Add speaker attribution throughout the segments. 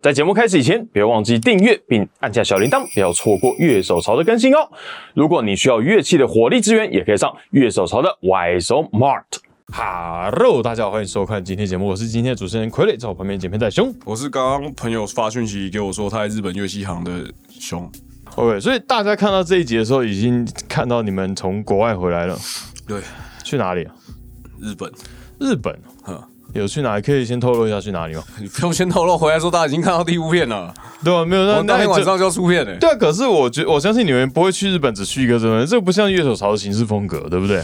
Speaker 1: 在节目开始以前，别忘记订阅并按下小铃铛，不要错过乐手潮的更新哦。如果你需要乐器的火力支援，也可以上乐手潮的 Y 手 Mart。Hello，大家好，欢迎收看今天节目，我是今天的主持人傀儡，在我旁边剪片仔兄。
Speaker 2: 我是刚刚朋友发讯息给我说他在日本乐器行的熊，
Speaker 1: OK，所以大家看到这一集的时候，已经看到你们从国外回来了，
Speaker 2: 对，
Speaker 1: 去哪里、啊？
Speaker 2: 日本，
Speaker 1: 日本
Speaker 2: 嗯，
Speaker 1: 有去哪里？可以先透露一下去哪里吗？
Speaker 2: 你不用先透露，回来说大家已经看到第五片了，
Speaker 1: 对啊，没有，那
Speaker 2: 我当天
Speaker 1: 那
Speaker 2: 晚
Speaker 1: 这
Speaker 2: 上就要出片了。
Speaker 1: 对啊，可是我觉我相信你们不会去日本只去一个真的，这不像乐手潮的行事风格，对不对？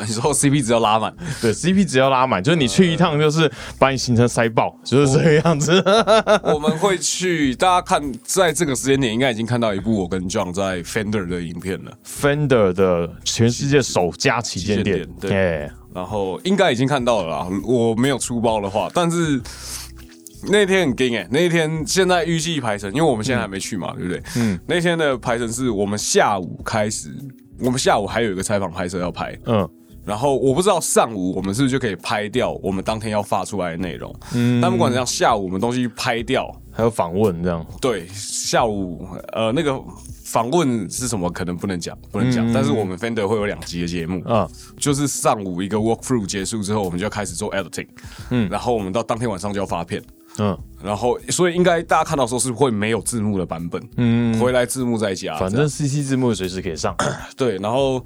Speaker 2: 你说 CP 值要拉 满，
Speaker 1: 对，CP 只要拉满，就是你去一趟就是把你行程塞爆，就是这个
Speaker 2: 哦
Speaker 1: 样子。
Speaker 2: 我们会去，大家看在这个时间点应该已经看到一部我跟 John 在 Fender 的影片了，
Speaker 1: Fender 的全世界首家旗舰店
Speaker 2: 旗舰，
Speaker 1: 哎，
Speaker 2: 然后应该已经看到了啦，我没有出包的话，但是。那天很惊哎、那一天现在预计排程，因为我们现在还没去嘛，对不对？嗯，那天的排程是我们下午开始，我们下午还有一个采访拍摄要拍，
Speaker 1: 嗯，
Speaker 2: 然后我不知道上午我们是不是就可以拍掉我们当天要发出来的内容，嗯，但不管怎样，下午我们东西拍掉，
Speaker 1: 还有访问这样，
Speaker 2: 对，下午呃那个访问是什么可能不能讲，不能讲，但是我们 Fender 会有两集的节目，
Speaker 1: 啊，
Speaker 2: 就是上午一个 walk through 结束之后，我们就要开始做 editing，嗯，然后我们到当天晚上就要发片，
Speaker 1: 嗯，
Speaker 2: 然后所以应该大家看到的时候是会没有字幕的版本，嗯，回来字幕再加，
Speaker 1: 反
Speaker 2: 啊这
Speaker 1: 正
Speaker 2: 样
Speaker 1: CC 字幕随时可以上。
Speaker 2: 对，然后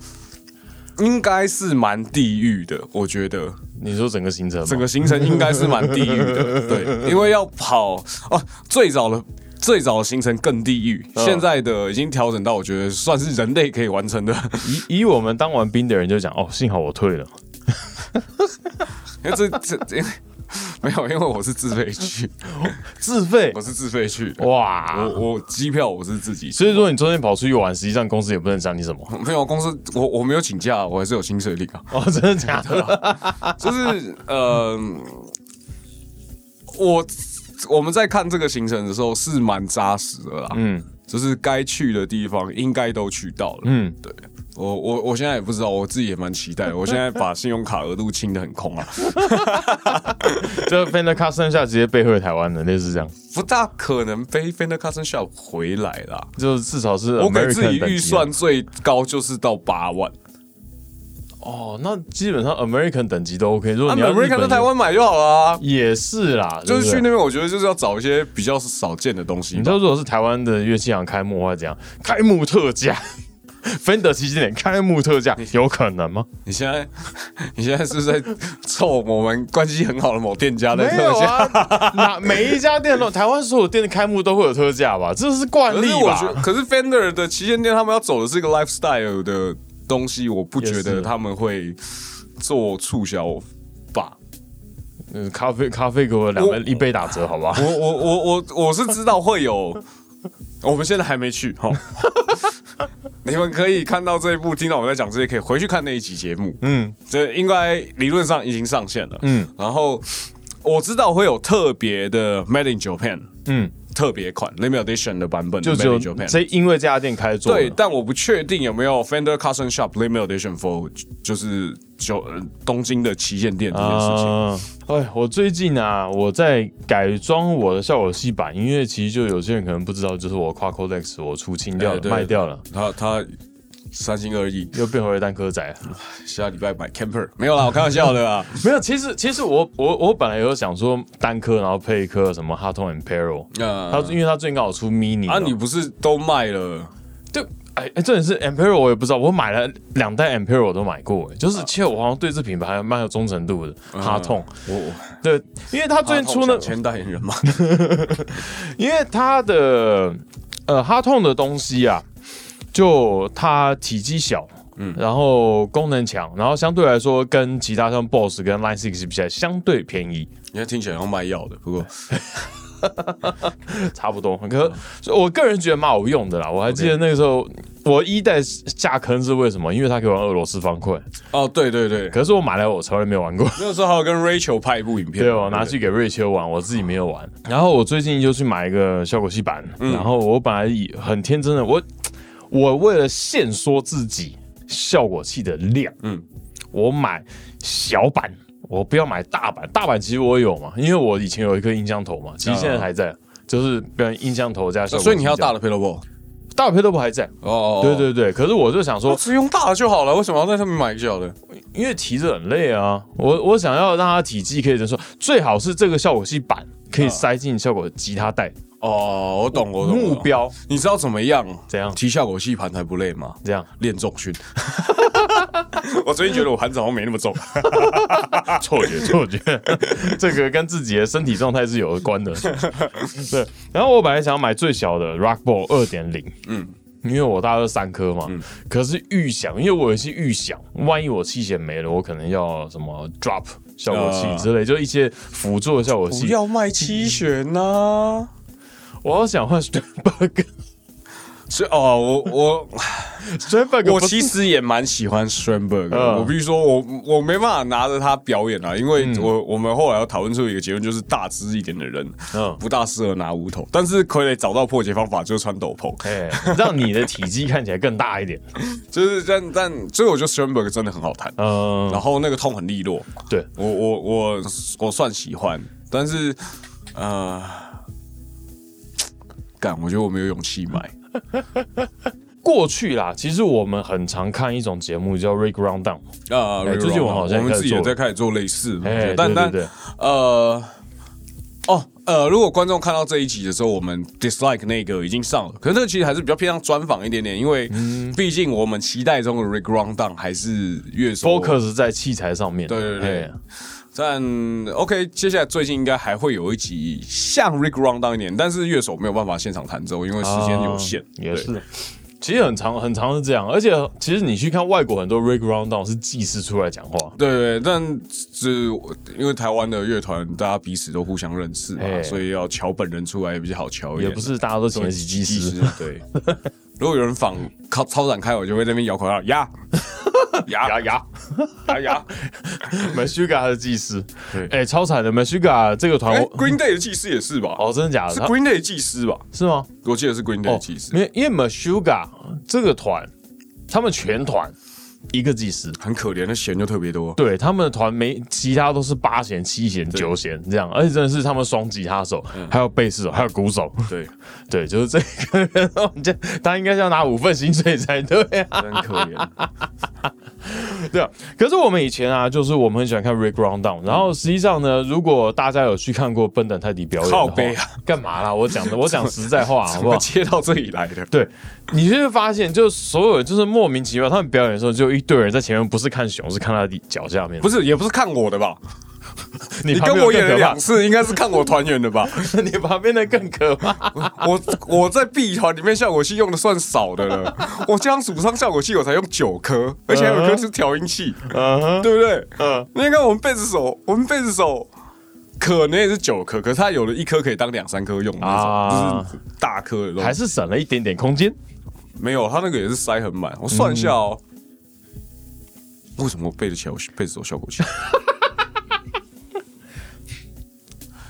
Speaker 2: 应该是蛮地狱的，我觉得。
Speaker 1: 你说整个行程吗，
Speaker 2: 整个行程应该是蛮地狱的，对，因为要跑哦，最早的。最早的行程更地狱，现在的已经调整到我觉得算是人类可以完成的，
Speaker 1: 以以我们当完兵的人就讲，哦，幸好我退了。
Speaker 2: 因为这这这 没有，因为我是自费去，
Speaker 1: 自费
Speaker 2: 我是自费去
Speaker 1: 哦
Speaker 2: 的，啊
Speaker 1: 哇！
Speaker 2: 我我机票我是自己，
Speaker 1: 所以说你中间跑出去玩，实际上公司也不能讲你什么
Speaker 2: 没有公司我我没有请假，我还是有薪水领啊，
Speaker 1: 哦，真的假 的？
Speaker 2: 就是呃，我我们在看这个行程的时候是蛮扎实的啦，嗯，就是该去的地方应该都去到了，嗯，对。我我我现在也不知道，我自己也蛮期待的。我现在把信用卡额度清的 很空啊，
Speaker 1: 就 Fender c u s o m 下直接背回台湾的，类似这样，
Speaker 2: 不大可能飞 Fender Custom Shop 回来啦。
Speaker 1: 就是至少是
Speaker 2: 我给自
Speaker 1: American 等
Speaker 2: 己
Speaker 1: 级啊
Speaker 2: 预算最高就是到八万，
Speaker 1: 哦，那基本上 American 等级都 OK。如果
Speaker 2: 啊
Speaker 1: 你要日本啊
Speaker 2: American 在
Speaker 1: 人
Speaker 2: 台湾买就好啦、
Speaker 1: 也是啦，
Speaker 2: 就是去
Speaker 1: 对不
Speaker 2: 那
Speaker 1: 对。
Speaker 2: 边，我觉得就是要找一些比较少见的东西
Speaker 1: 你
Speaker 2: 吧
Speaker 1: 知。道如果是台湾的乐器行开幕的话，怎样？ 开幕特价，Fender 旗舰店开幕特价，有可能吗？
Speaker 2: 你现在 你现在是不是在臭我们关系很好的某店家在
Speaker 1: 没
Speaker 2: 特
Speaker 1: 有
Speaker 2: 价？
Speaker 1: 啊，哪 每一家店都，台湾所有店的开幕都会有特价吧？这是惯
Speaker 2: 可
Speaker 1: 例
Speaker 2: 是我觉
Speaker 1: 吧？
Speaker 2: 得，可是 Fender 的旗舰店他们要走的是一个 lifestyle 的东西，我不觉
Speaker 1: 也是
Speaker 2: 得他们会做促销吧。
Speaker 1: 嗯咖啡咖啡给我两杯
Speaker 2: 我
Speaker 1: 一杯打折，好吧？
Speaker 2: 我我我我我是知道会有， 我们现在还没去哈。 你们可以看到这一部，听到我在讲这些，可以回去看那一集节目。
Speaker 1: 嗯，
Speaker 2: 这应该理论上已经上线了。
Speaker 1: 嗯
Speaker 2: 嗯，然后我知道会有特别的 Made in Japan，
Speaker 1: 嗯
Speaker 2: 嗯，特别款 Limitation 的版本
Speaker 1: 就
Speaker 2: 的
Speaker 1: 只
Speaker 2: Made
Speaker 1: 有
Speaker 2: in Japan。
Speaker 1: 这因为这家店开做的
Speaker 2: 对，但我不确定有没有 Fender Custom Shop Limitation for 就是九呃东京的旗舰店这件事情。
Speaker 1: 啊，哎，我最近啊，我在改装我的效果器板，因为其实就有些人可能不知道，就是我跨 Codex 我出清掉
Speaker 2: 哎
Speaker 1: 了，
Speaker 2: 对
Speaker 1: 卖掉 了，
Speaker 2: 他他三心二意，
Speaker 1: 又变回单颗仔了。
Speaker 2: 下礼拜买 Camper 没有啦，我开玩笑 的啦。
Speaker 1: 没有，其实其实我我我本来有想说单颗，然后配一颗什么 Harton and Peril，
Speaker 2: 那
Speaker 1: 他、因为他最近刚好出 Mini 嘛
Speaker 2: 啊，你不是都卖了？
Speaker 1: 对，哎哎，重点是 a m p e r o 我也不知道，我买了两代 a m p e r o 我都买过，哎就是其实我好像对这品牌还蛮有忠诚度的。哈痛，
Speaker 2: 我我啊
Speaker 1: 对，因为他最近出那
Speaker 2: 想签代言人嘛？
Speaker 1: 因为它的呃哈痛的东西啊，就它体积小。嗯，然后功能强，然后相对来说跟其他像 Boss 跟 Line Six 比起来，相对便宜，
Speaker 2: 你看听起来像卖药的，不过
Speaker 1: 差不多。可所以我个人觉得蛮有用的啦。我还记得那个时候我一代下坑是为什么？因为它可以玩俄罗斯方块，
Speaker 2: 哦，对对对，
Speaker 1: 可是我买来我从来没有玩过。
Speaker 2: 那时候还有跟 Rachel 拍一部影片，
Speaker 1: 对，哦我拿去给瑞秋玩，我自己没有玩。然后我最近就去买一个效果器板，然后我本来以很天真的，我我为了限缩自己效果器的量，嗯
Speaker 2: 嗯，
Speaker 1: 我买小板，嗯我不要买大板。大板其实我有嘛，因为我以前有一颗音箱头嘛，其实现在还在。就是表演音箱头加效果
Speaker 2: 所以你还要
Speaker 1: 音箱
Speaker 2: 大的 p i l l o w ball
Speaker 1: 大的配都不还在。哦
Speaker 2: 哦
Speaker 1: 对，对对，可是我就想
Speaker 2: 我
Speaker 1: 说，
Speaker 2: 只用大的就好了，为什么要在上面买一个小的？
Speaker 1: 因为提着很累啊，我我想要让它体积可以承受，最好是这个效果器板可以塞进效果吉他带，
Speaker 2: 哦，我懂，我懂。
Speaker 1: 目
Speaker 2: 我懂，
Speaker 1: 标
Speaker 2: 你知道怎么样
Speaker 1: 怎样
Speaker 2: 提效果器盘才不累吗？
Speaker 1: 这样。
Speaker 2: 练重 训。我最近觉得我盘子好像没那么重。啊
Speaker 1: 错 觉，错觉， 这个跟自己的身体状态是有 关的。对，然后我本来想要买最小的 Rock Ball 二点零，嗯
Speaker 2: 嗯，
Speaker 1: 因为我大二三科嘛，可是预想，因为我有一些预想，万一我器械没了，我可能要什么 Drop 效果器之类，就一些辅助的效果
Speaker 2: 啊不
Speaker 1: 器。
Speaker 2: 要卖七弦呐、啊！
Speaker 1: 我好想换 Stringberg，Stringberg
Speaker 2: 是哦，我 我我其实也蛮喜欢 Sternberg，、
Speaker 1: 嗯
Speaker 2: 我必须说我我没办法拿着他表演啊，因为我、我们后来要讨论出一个结论，就是大只一点的人，
Speaker 1: 嗯
Speaker 2: 不大适合拿五头，但是傀儡找到破解方法，就是穿斗篷，
Speaker 1: 哎，让你的体积看起来更大一 点。
Speaker 2: 就是但但所以我觉得 Sternberg 真的很好弹，
Speaker 1: 嗯，
Speaker 2: 然后那个痛很利落，
Speaker 1: 对，
Speaker 2: 我我我我算喜欢，但是呃，干，我觉得我没有勇气买，
Speaker 1: 过去啦，其实我们很常看一种节目叫 Rick Round Down。
Speaker 2: 啊，
Speaker 1: 哎最近我
Speaker 2: 我
Speaker 1: 好像也
Speaker 2: 我们
Speaker 1: 开始
Speaker 2: 自己也
Speaker 1: 做了
Speaker 2: 在开始做类似的东西，
Speaker 1: 哎
Speaker 2: 但
Speaker 1: 对
Speaker 2: 但
Speaker 1: 对对
Speaker 2: 呃，哦呃，如果观众看到这一集的时候，我们 dislike 那个已经上了，可是这个其实还是比较偏向专访一点点，因为
Speaker 1: 嗯
Speaker 2: 毕竟我们期待中的 Rick Round Down 还是乐手
Speaker 1: focus 在器材上面。
Speaker 2: 对对对
Speaker 1: 哎，
Speaker 2: 但 OK，接下来最近应该还会有一集像 Rick Round Down 一点，但是乐手没有办法现场弹奏，因为时间有限
Speaker 1: 啊。也
Speaker 2: 对
Speaker 1: 是。其实很长很长是这样，而且其实你去看外国很多 rig round down 是技师出来讲话，
Speaker 2: 对对，但是我因为台湾的乐团大家彼此都互相认识
Speaker 1: 哎
Speaker 2: 嘛，所以要瞧本人出来也比较好瞧一点。
Speaker 1: 也不是大家都请得起技
Speaker 2: 技
Speaker 1: 师
Speaker 2: 师。对。 如果有人仿靠超展开，我就会在那边摇口号 呀呀呀呀呀呀！
Speaker 1: ，Meshuga 的技师
Speaker 2: 对，
Speaker 1: 哎，超惨的 Meshuga 这个团
Speaker 2: 哎
Speaker 1: 我
Speaker 2: ，Green Day 的技师也是吧？
Speaker 1: 哦，真的假的？
Speaker 2: 是
Speaker 1: 他
Speaker 2: Green Day 的技师吧？
Speaker 1: 是吗？
Speaker 2: 我记得是 Green Day 的
Speaker 1: 哦
Speaker 2: 技，师
Speaker 1: 因，为因为 Meshuga 这个团，他们全团一个技师，
Speaker 2: 很可怜，那弦就特别多。
Speaker 1: 对他们的团没其他都是八弦、七弦、九弦这样，而且真的是他们双吉他手，还有贝斯手，还有鼓手，
Speaker 2: 对，
Speaker 1: 对，就是这个 人，我觉得他应该是要拿五份薪水才对啊，
Speaker 2: 真可怜。
Speaker 1: 对啊。可是我们以前啊，就是我们很喜欢看 Rick Round
Speaker 2: 嗯
Speaker 1: Down，然后实际上呢，如果大家有去看过奔等泰迪表演的话
Speaker 2: 靠背啊，
Speaker 1: 干嘛啦？我讲的，我讲实在 话， 好
Speaker 2: 怎
Speaker 1: 不
Speaker 2: 么
Speaker 1: 好？
Speaker 2: 接到这里来的？
Speaker 1: 对，你就会发现，就是所有人就是莫名其妙，他们表演的时候，就一堆人在前面，不是看熊，是看他的脚下面。
Speaker 2: 不
Speaker 1: 是
Speaker 2: 是，也不是看我的吧？
Speaker 1: 你
Speaker 2: 你
Speaker 1: 旁
Speaker 2: 跟
Speaker 1: 边
Speaker 2: 我
Speaker 1: 有
Speaker 2: 演
Speaker 1: 更
Speaker 2: 了
Speaker 1: 可怕
Speaker 2: 两次，应该是看我团员的吧？
Speaker 1: 你旁边的更可怕。
Speaker 2: 我我在 B 团里面效果器用的算少的了，我这样数上效果器我才用九颗，而且还有一颗是调音器，
Speaker 1: 嗯哼，
Speaker 2: 对不对？
Speaker 1: 嗯，
Speaker 2: 你看我们贝斯手，我们贝斯手可能也是九颗，可是他有了一颗可以当两三颗用的那种，
Speaker 1: 啊
Speaker 2: 就是大颗的东西。
Speaker 1: 还
Speaker 2: 还
Speaker 1: 是省了一点点空间。
Speaker 2: 没有，他那个也是塞很满。我算一下哦，为什么我背得起来我贝斯手效果器？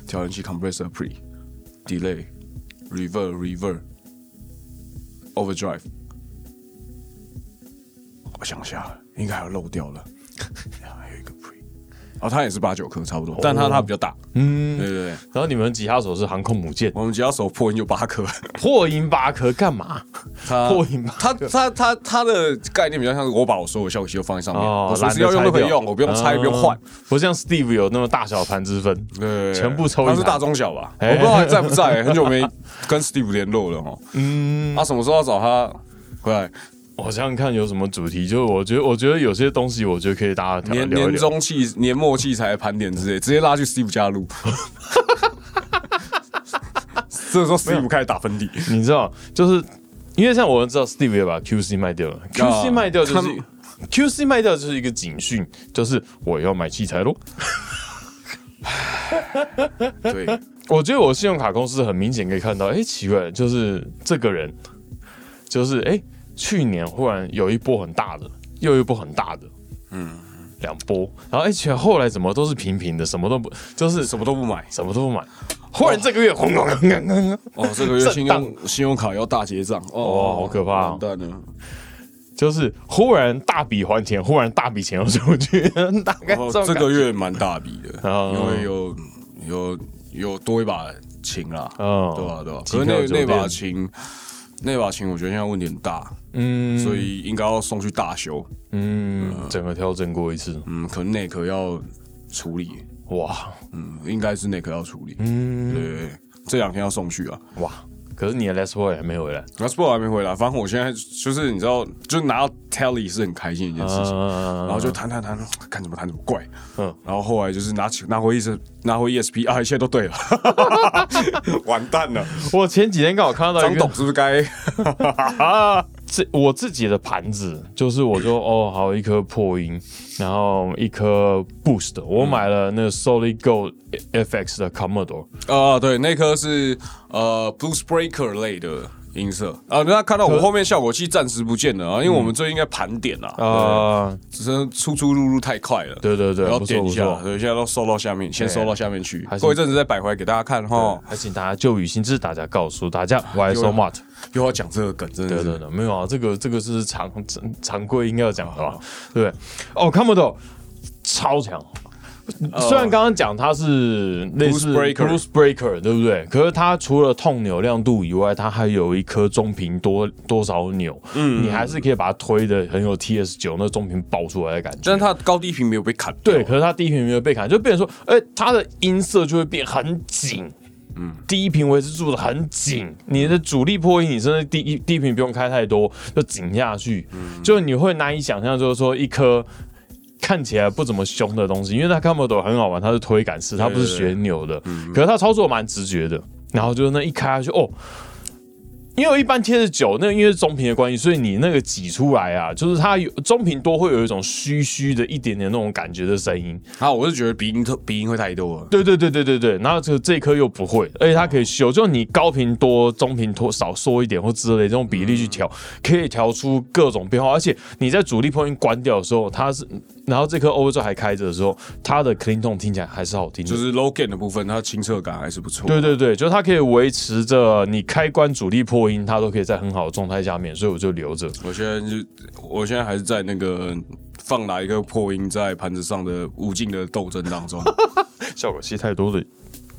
Speaker 2: 调音器 compressor pre delay reverb reverb overdrive，我想一下，应该还有漏掉了，还有一个 pre，哦，它也是八九颗差不多，但它它比较大，
Speaker 1: 嗯，
Speaker 2: 对对对，
Speaker 1: 然后你们吉他手是航空母舰，
Speaker 2: 我们只要手破音就八颗，
Speaker 1: 破音八颗干嘛？
Speaker 2: 它
Speaker 1: 破音八
Speaker 2: 它它它它的概念比较像是我把我所有消息都放在上面，
Speaker 1: 哦
Speaker 2: 我，随时要用都可以用，我不用拆，不用换
Speaker 1: 嗯，，不像 Steve 有那么大小盘之分。
Speaker 2: 对，
Speaker 1: 全部抽一
Speaker 2: 它是
Speaker 1: 台
Speaker 2: 大中小吧？
Speaker 1: 哎
Speaker 2: 我不知道还在不在、很久没跟 Steve 联络了哦。
Speaker 1: 嗯，
Speaker 2: 他、什么时候要找他回来？
Speaker 1: 我想想看有什么主题，就是我觉得我觉得有些东西，我觉得可以大家聊
Speaker 2: 年
Speaker 1: 嗯聊一
Speaker 2: 年
Speaker 1: 聊。
Speaker 2: 中器、年末器材盘点之类，直接拉去 Steve 家录。 这时候 Steve 开始打粉底，
Speaker 1: 你知道，就是因为像我们知道 Steve 也把 QC 卖掉了，QC 卖掉就
Speaker 2: 啊他
Speaker 1: 是
Speaker 2: 们。
Speaker 1: QC 卖掉就是一个警讯，就是我要买器材喽。
Speaker 2: 对，
Speaker 1: 我觉得我信用卡公司很明显可以看到，哎、奇怪，就是这个人，就是哎、诶去年忽然有一波很大的，又一波很大的，嗯，两波，然后哎，且、后来怎么都是平平的，什么都不，就是
Speaker 2: 什么都不买。
Speaker 1: 什么都不买，忽然这个月轰轰轰轰轰轰，
Speaker 2: 哦，这个月
Speaker 1: 震
Speaker 2: 信
Speaker 1: 荡
Speaker 2: 用信用卡要大结账
Speaker 1: 哦
Speaker 2: 哦，
Speaker 1: 好可怕哦
Speaker 2: 完蛋了。
Speaker 1: 就是忽然大笔还钱，忽然大笔钱又出去，大概
Speaker 2: 哦
Speaker 1: 这种感
Speaker 2: 这
Speaker 1: 觉
Speaker 2: 个月蛮大笔的，
Speaker 1: 哦
Speaker 2: 因为有有有多一把琴啦，
Speaker 1: 嗯
Speaker 2: 哦对啊吧、对吧、
Speaker 1: 机
Speaker 2: 可是
Speaker 1: 票
Speaker 2: 那
Speaker 1: 酒店
Speaker 2: 那把琴，那把琴我觉得现在问题很大，
Speaker 1: 嗯
Speaker 2: 所以应该要送去大修，
Speaker 1: 嗯，整个调整过一次，
Speaker 2: 嗯，可能内壳要处理，
Speaker 1: 哇
Speaker 2: 嗯，应该是内壳要处理，
Speaker 1: 嗯
Speaker 2: 对，这两天要送去啊。
Speaker 1: 哇！可是你的 Let's Play 还没回来，
Speaker 2: 那 Sport 还没回来，反正我现在就是你知道，就拿到 Telly 是很开心的一件事情，
Speaker 1: 嗯
Speaker 2: 然后就弹弹弹，看怎么弹怎么怪，
Speaker 1: 嗯
Speaker 2: 嗯，然后后来就是拿起拿回 E S 拿回 E S P 啊，一切都对 了，完蛋了，
Speaker 1: 我前几天刚好看到一
Speaker 2: 张
Speaker 1: 个
Speaker 2: 董是不是该？
Speaker 1: 啊，这我 自己的盘子就是我 说哦，好一颗破音，然后一颗 Boost，我买了那个 Solid Gold FX 的 Commodore，
Speaker 2: 啊，对，那颗是呃 Blues Breaker 类的音色啊，那看到我后面效果器暂时不见了啊，因为我们最近在盘点啊，啊，
Speaker 1: 嗯啊，
Speaker 2: 只是出出入入太快了，
Speaker 1: 对对对，
Speaker 2: 要
Speaker 1: 不错
Speaker 2: 点一
Speaker 1: 不
Speaker 2: 下
Speaker 1: 错，，
Speaker 2: 对，现在都收到下面，先收到下面去
Speaker 1: 还，是
Speaker 2: 过一阵子再摆回来给大家看哈。
Speaker 1: 哦还请大家就语心智，大家告诉大家 Why so much？
Speaker 2: 又要讲这个梗，真的
Speaker 1: 对
Speaker 2: 是
Speaker 1: 对对，没有啊，这个这个是常常常规应该要讲的吧？对，哦，Commodore 超强。虽然刚刚讲它是类似
Speaker 2: Blues Breaker
Speaker 1: Blues 呃 Breaker，对不对？可是它除了痛扭亮度以外，它还有一颗中频多多少扭，嗯，你还是可以把它推的很有 TS 九那中频爆出来的感觉。
Speaker 2: 但是它的高低频没有被砍掉
Speaker 1: 对，可是它低频没有被砍，就变成说，哎、它的音色就会变很紧。嗯，低频维持住的很紧，你的主力破音，你真的低低频不用开太多，就紧下去，就你会难以想象，就是说一颗看起来不怎么凶的东西，因为它 Commodore 很好玩，它是推杆式，它不是旋钮的，可是它操作蛮直觉的，然后就是那一开下去，哦，因为一般贴着九，那个因为是中频的关系，所以你那个挤出来啊，就是它有中频多会有一种虚虚的一点点那种感觉的声音。
Speaker 2: 啊，我是觉得鼻音特鼻音会太多了。
Speaker 1: 对对对对对对，然后这这一颗又不会，而且它可以修，就你高频多、中频多少缩一点或之类这种比例去调，可以调出各种变化。而且你在主力破音关掉的时候，它是，然后这颗 Overdrive 还开着的时候，它的 clean tone 听起来还是好听的
Speaker 2: 就是 low gain 的部分，它的清澈感还是不错。
Speaker 1: 对对对，就是它可以维持着你开关主力破音，它都可以在很好的状态下面，所以我就留着。
Speaker 2: 我现在就，我现在还是在那个放哪一个破音在盘子上的无尽的斗争 当中。
Speaker 1: 效果器太多的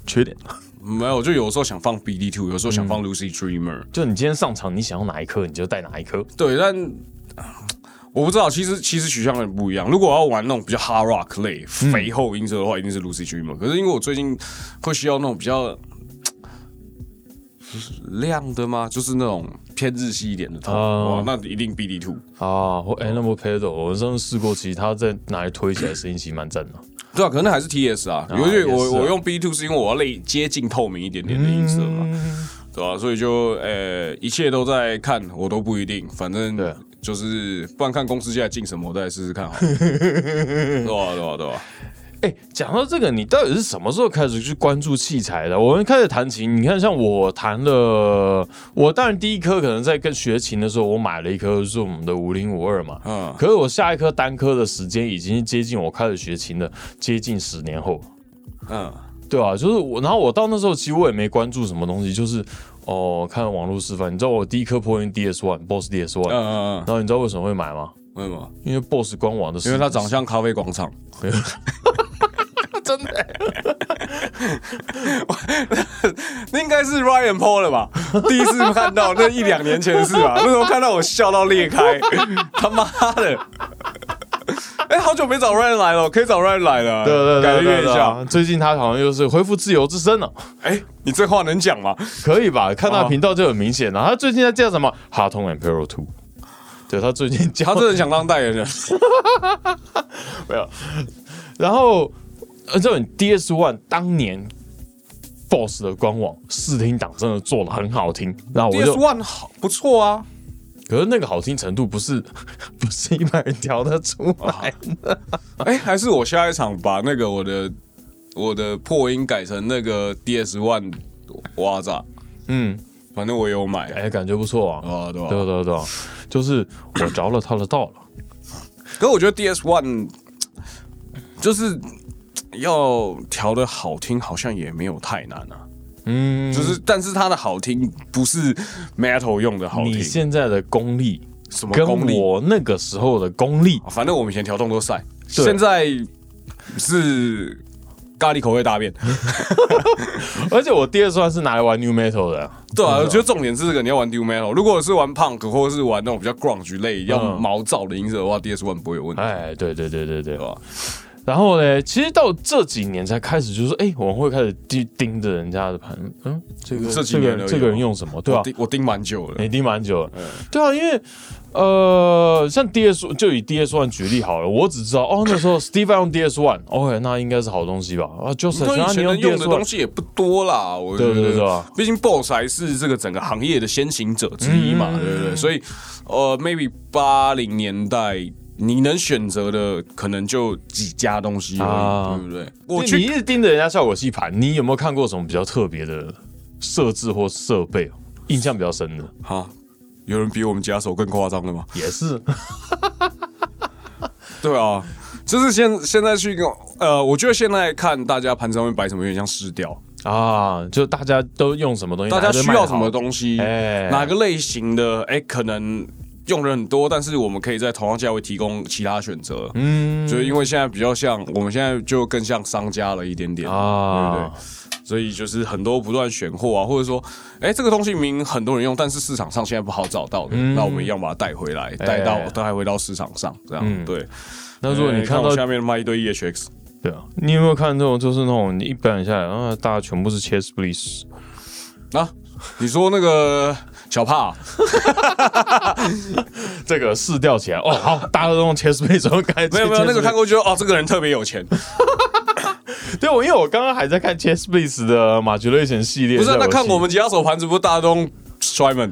Speaker 1: 缺点。
Speaker 2: 没有，就有时候想放 BD Two，有时候想
Speaker 1: 嗯
Speaker 2: 放 Lucy Dreamer。
Speaker 1: 就你今天上场，你想要哪一颗，你就带哪一颗。
Speaker 2: 对，但啊我不知道，其实其实取向很不一样。如果我要玩那种比较 hard rock 类、
Speaker 1: 嗯
Speaker 2: 肥厚音色的话，一定是 Lucy Dreamer。可是因为我最近会需要那种比较。就是亮的吗？就是那种偏日系一点的头，
Speaker 1: 哦
Speaker 2: 哇，那一定 BD Two。
Speaker 1: 啊，或 Animal Pedal，我上次试过，其实它在哪里推起来声音其实蛮正的。
Speaker 2: 对啊，可能那还是 TS 啊，因
Speaker 1: 也
Speaker 2: 为
Speaker 1: 是啊
Speaker 2: 我、我用 B two 是因为我要类接近透明一点点的音色嘛，
Speaker 1: 嗯
Speaker 2: 对吧、所以就呃，一切都在看，我都不一定，反正
Speaker 1: 对
Speaker 2: 就是不然看公司现在进什么，我再试试 看好了，对吧、对吧、啊对吧、
Speaker 1: 哎、讲到这个，你到底是什么时候开始去关注器材的？我们开始弹琴，你看，像我弹了，我当然第一颗可能在跟学琴的时候，我买了一颗 Zoom 的五零五二嘛，
Speaker 2: 嗯
Speaker 1: 可是我下一颗单颗的时间已经接近我开始学琴的接近十年后了。
Speaker 2: 嗯，
Speaker 1: 对啊，就是我，然后我到那时候其实我也没关注什么东西，就是哦看网络示范。你知道我第一颗破音 DS One Boss DS One，、
Speaker 2: 嗯嗯嗯
Speaker 1: 然，后你知道为什么会买吗？
Speaker 2: 为什么？
Speaker 1: 因为 Boss 官网的，
Speaker 2: 因为它长相咖啡广场，
Speaker 1: 真的
Speaker 2: 那应该是 Ryan Paul 了吧？ 第一次看到，那一两年前的事吧？那时候看到我笑到裂开， 他妈的！哎、好久没找 Ryan 来了，可以找 Ryan 来了，
Speaker 1: 对对
Speaker 2: 改
Speaker 1: 对对
Speaker 2: 变一
Speaker 1: 对
Speaker 2: 下。
Speaker 1: 啊。最近他好像又是恢复自由之身了，
Speaker 2: 哎、你这话 能讲吗？
Speaker 1: 可以吧？看他
Speaker 2: 哦
Speaker 1: 频道就很明显了。他最近在叫什么？哈通 Imperial Two。对他最近
Speaker 2: 他
Speaker 1: 教
Speaker 2: 真的很想当代言人，
Speaker 1: 然后，呃，这种 DS One 当年 BOSS 的官网试听档真的做的很好听，然 后我
Speaker 2: DS
Speaker 1: 就，
Speaker 2: One 好不错啊，
Speaker 1: 可是那个好听程度不是不是一般人调得出来。
Speaker 2: 哎、还是我下一场把那个我的我的破音改成那个 DS One 哇咋，
Speaker 1: 嗯，
Speaker 2: 反正我有买，
Speaker 1: 哎，感觉不错
Speaker 2: 对
Speaker 1: 啊。
Speaker 2: 吧对吧、
Speaker 1: 对对对，就是我着了他的道了。
Speaker 2: 可我觉得 DS One 就是要调的好听，好像也没有太难啊。
Speaker 1: 嗯，
Speaker 2: 就是，但是它的好听不是 metal 用的好
Speaker 1: 你
Speaker 2: 听，
Speaker 1: 现在的功力
Speaker 2: 什么
Speaker 1: 跟
Speaker 2: 功力？哦
Speaker 1: 我那个时
Speaker 2: 啊
Speaker 1: 候的功力，
Speaker 2: 反正我们以前调动作赛，
Speaker 1: 对
Speaker 2: 现在是咖喱口味大 便。
Speaker 1: 而且我第二算是拿来玩 new metal 的，
Speaker 2: 对啊，我觉得重点是这个，你要玩 new metal。如果是玩 punk 或者是玩那种比较 grunge
Speaker 1: 嗯
Speaker 2: 类、要毛躁的音色的话，DS One 不会有问题。
Speaker 1: 哎，对对对对对吧？然后呢，其实到这几年才开始，就是哎、我们会开始盯盯着人家的盘，嗯，这个
Speaker 2: 这几
Speaker 1: 个
Speaker 2: 年哦
Speaker 1: 人
Speaker 2: 而已
Speaker 1: 这个人
Speaker 2: 嘛
Speaker 1: 用什么，对啊哎吧、
Speaker 2: 我盯我盯蛮久的
Speaker 1: 你，盯蛮久了，
Speaker 2: 嗯
Speaker 1: 对啊，因为呃，像 DS 就以 DS One 举例好了，我只知道哦，那时候 Steve 用 DS One，OK，、那哦应该是好东西吧？啊，Joseph，
Speaker 2: 跟以
Speaker 1: 那你
Speaker 2: 前能用
Speaker 1: DS
Speaker 2: 的东
Speaker 1: One，
Speaker 2: 西也不多啦，我觉得。
Speaker 1: 对对对啊
Speaker 2: 毕竟 BOSS 还是这个整个行业的先行者之一嘛，
Speaker 1: 嗯
Speaker 2: 对不对？所以，呃，maybe 八零年代你能选择的可能就几家东西而已，
Speaker 1: 啊
Speaker 2: 对不对？
Speaker 1: 我
Speaker 2: 我
Speaker 1: 你一
Speaker 2: 去
Speaker 1: 直盯着人家效果器盘，你有没有看过什么比较特别的设置或设备？啊印象比较深的
Speaker 2: 哈，有人比我们家手更夸张的吗？
Speaker 1: 也是，
Speaker 2: 对啊，就是现现在去一个呃，我觉得现在看大家盘上面摆什么，有点像试调。
Speaker 1: 啊，就大家都用什么东西，
Speaker 2: 大家需要什么
Speaker 1: 西，
Speaker 2: 东西，
Speaker 1: 哎
Speaker 2: 哪个类型的，哎、可能用的很多，但是我们可以在同样价位提供其他选择。嗯，就是因为现在比较像，我们现在就更像商家了一点点
Speaker 1: 啊
Speaker 2: 啊，对不对？所以就是很多不断选货啊，或者说，哎、这个东西明明很多人用，但是市场上现在不好找到的，那我们一样把它带回来，带到
Speaker 1: 嗯哎
Speaker 2: 带回到市场上，这样、对。
Speaker 1: 那如果
Speaker 2: 哎
Speaker 1: 你看
Speaker 2: 我
Speaker 1: 到
Speaker 2: 下面卖一堆 EHX，
Speaker 1: 对啊，你有没有看这种就是那种你一般下来啊，大家全部是 chest please，
Speaker 2: 啊，你说那个 小帕， 啊
Speaker 1: 这个试调起来哦，好，大家都用 chest please，我感觉
Speaker 2: 没有没有，那个看
Speaker 1: 过。
Speaker 2: 过就觉得哦，这个人特别 有钱，
Speaker 1: 对，我因为我刚刚还在看 Chess Please 的马吉瑞贤系列，
Speaker 2: 不是啊、
Speaker 1: 在
Speaker 2: 那
Speaker 1: 我
Speaker 2: 看
Speaker 1: 心
Speaker 2: 我们吉他手盘子不是大东 Simon，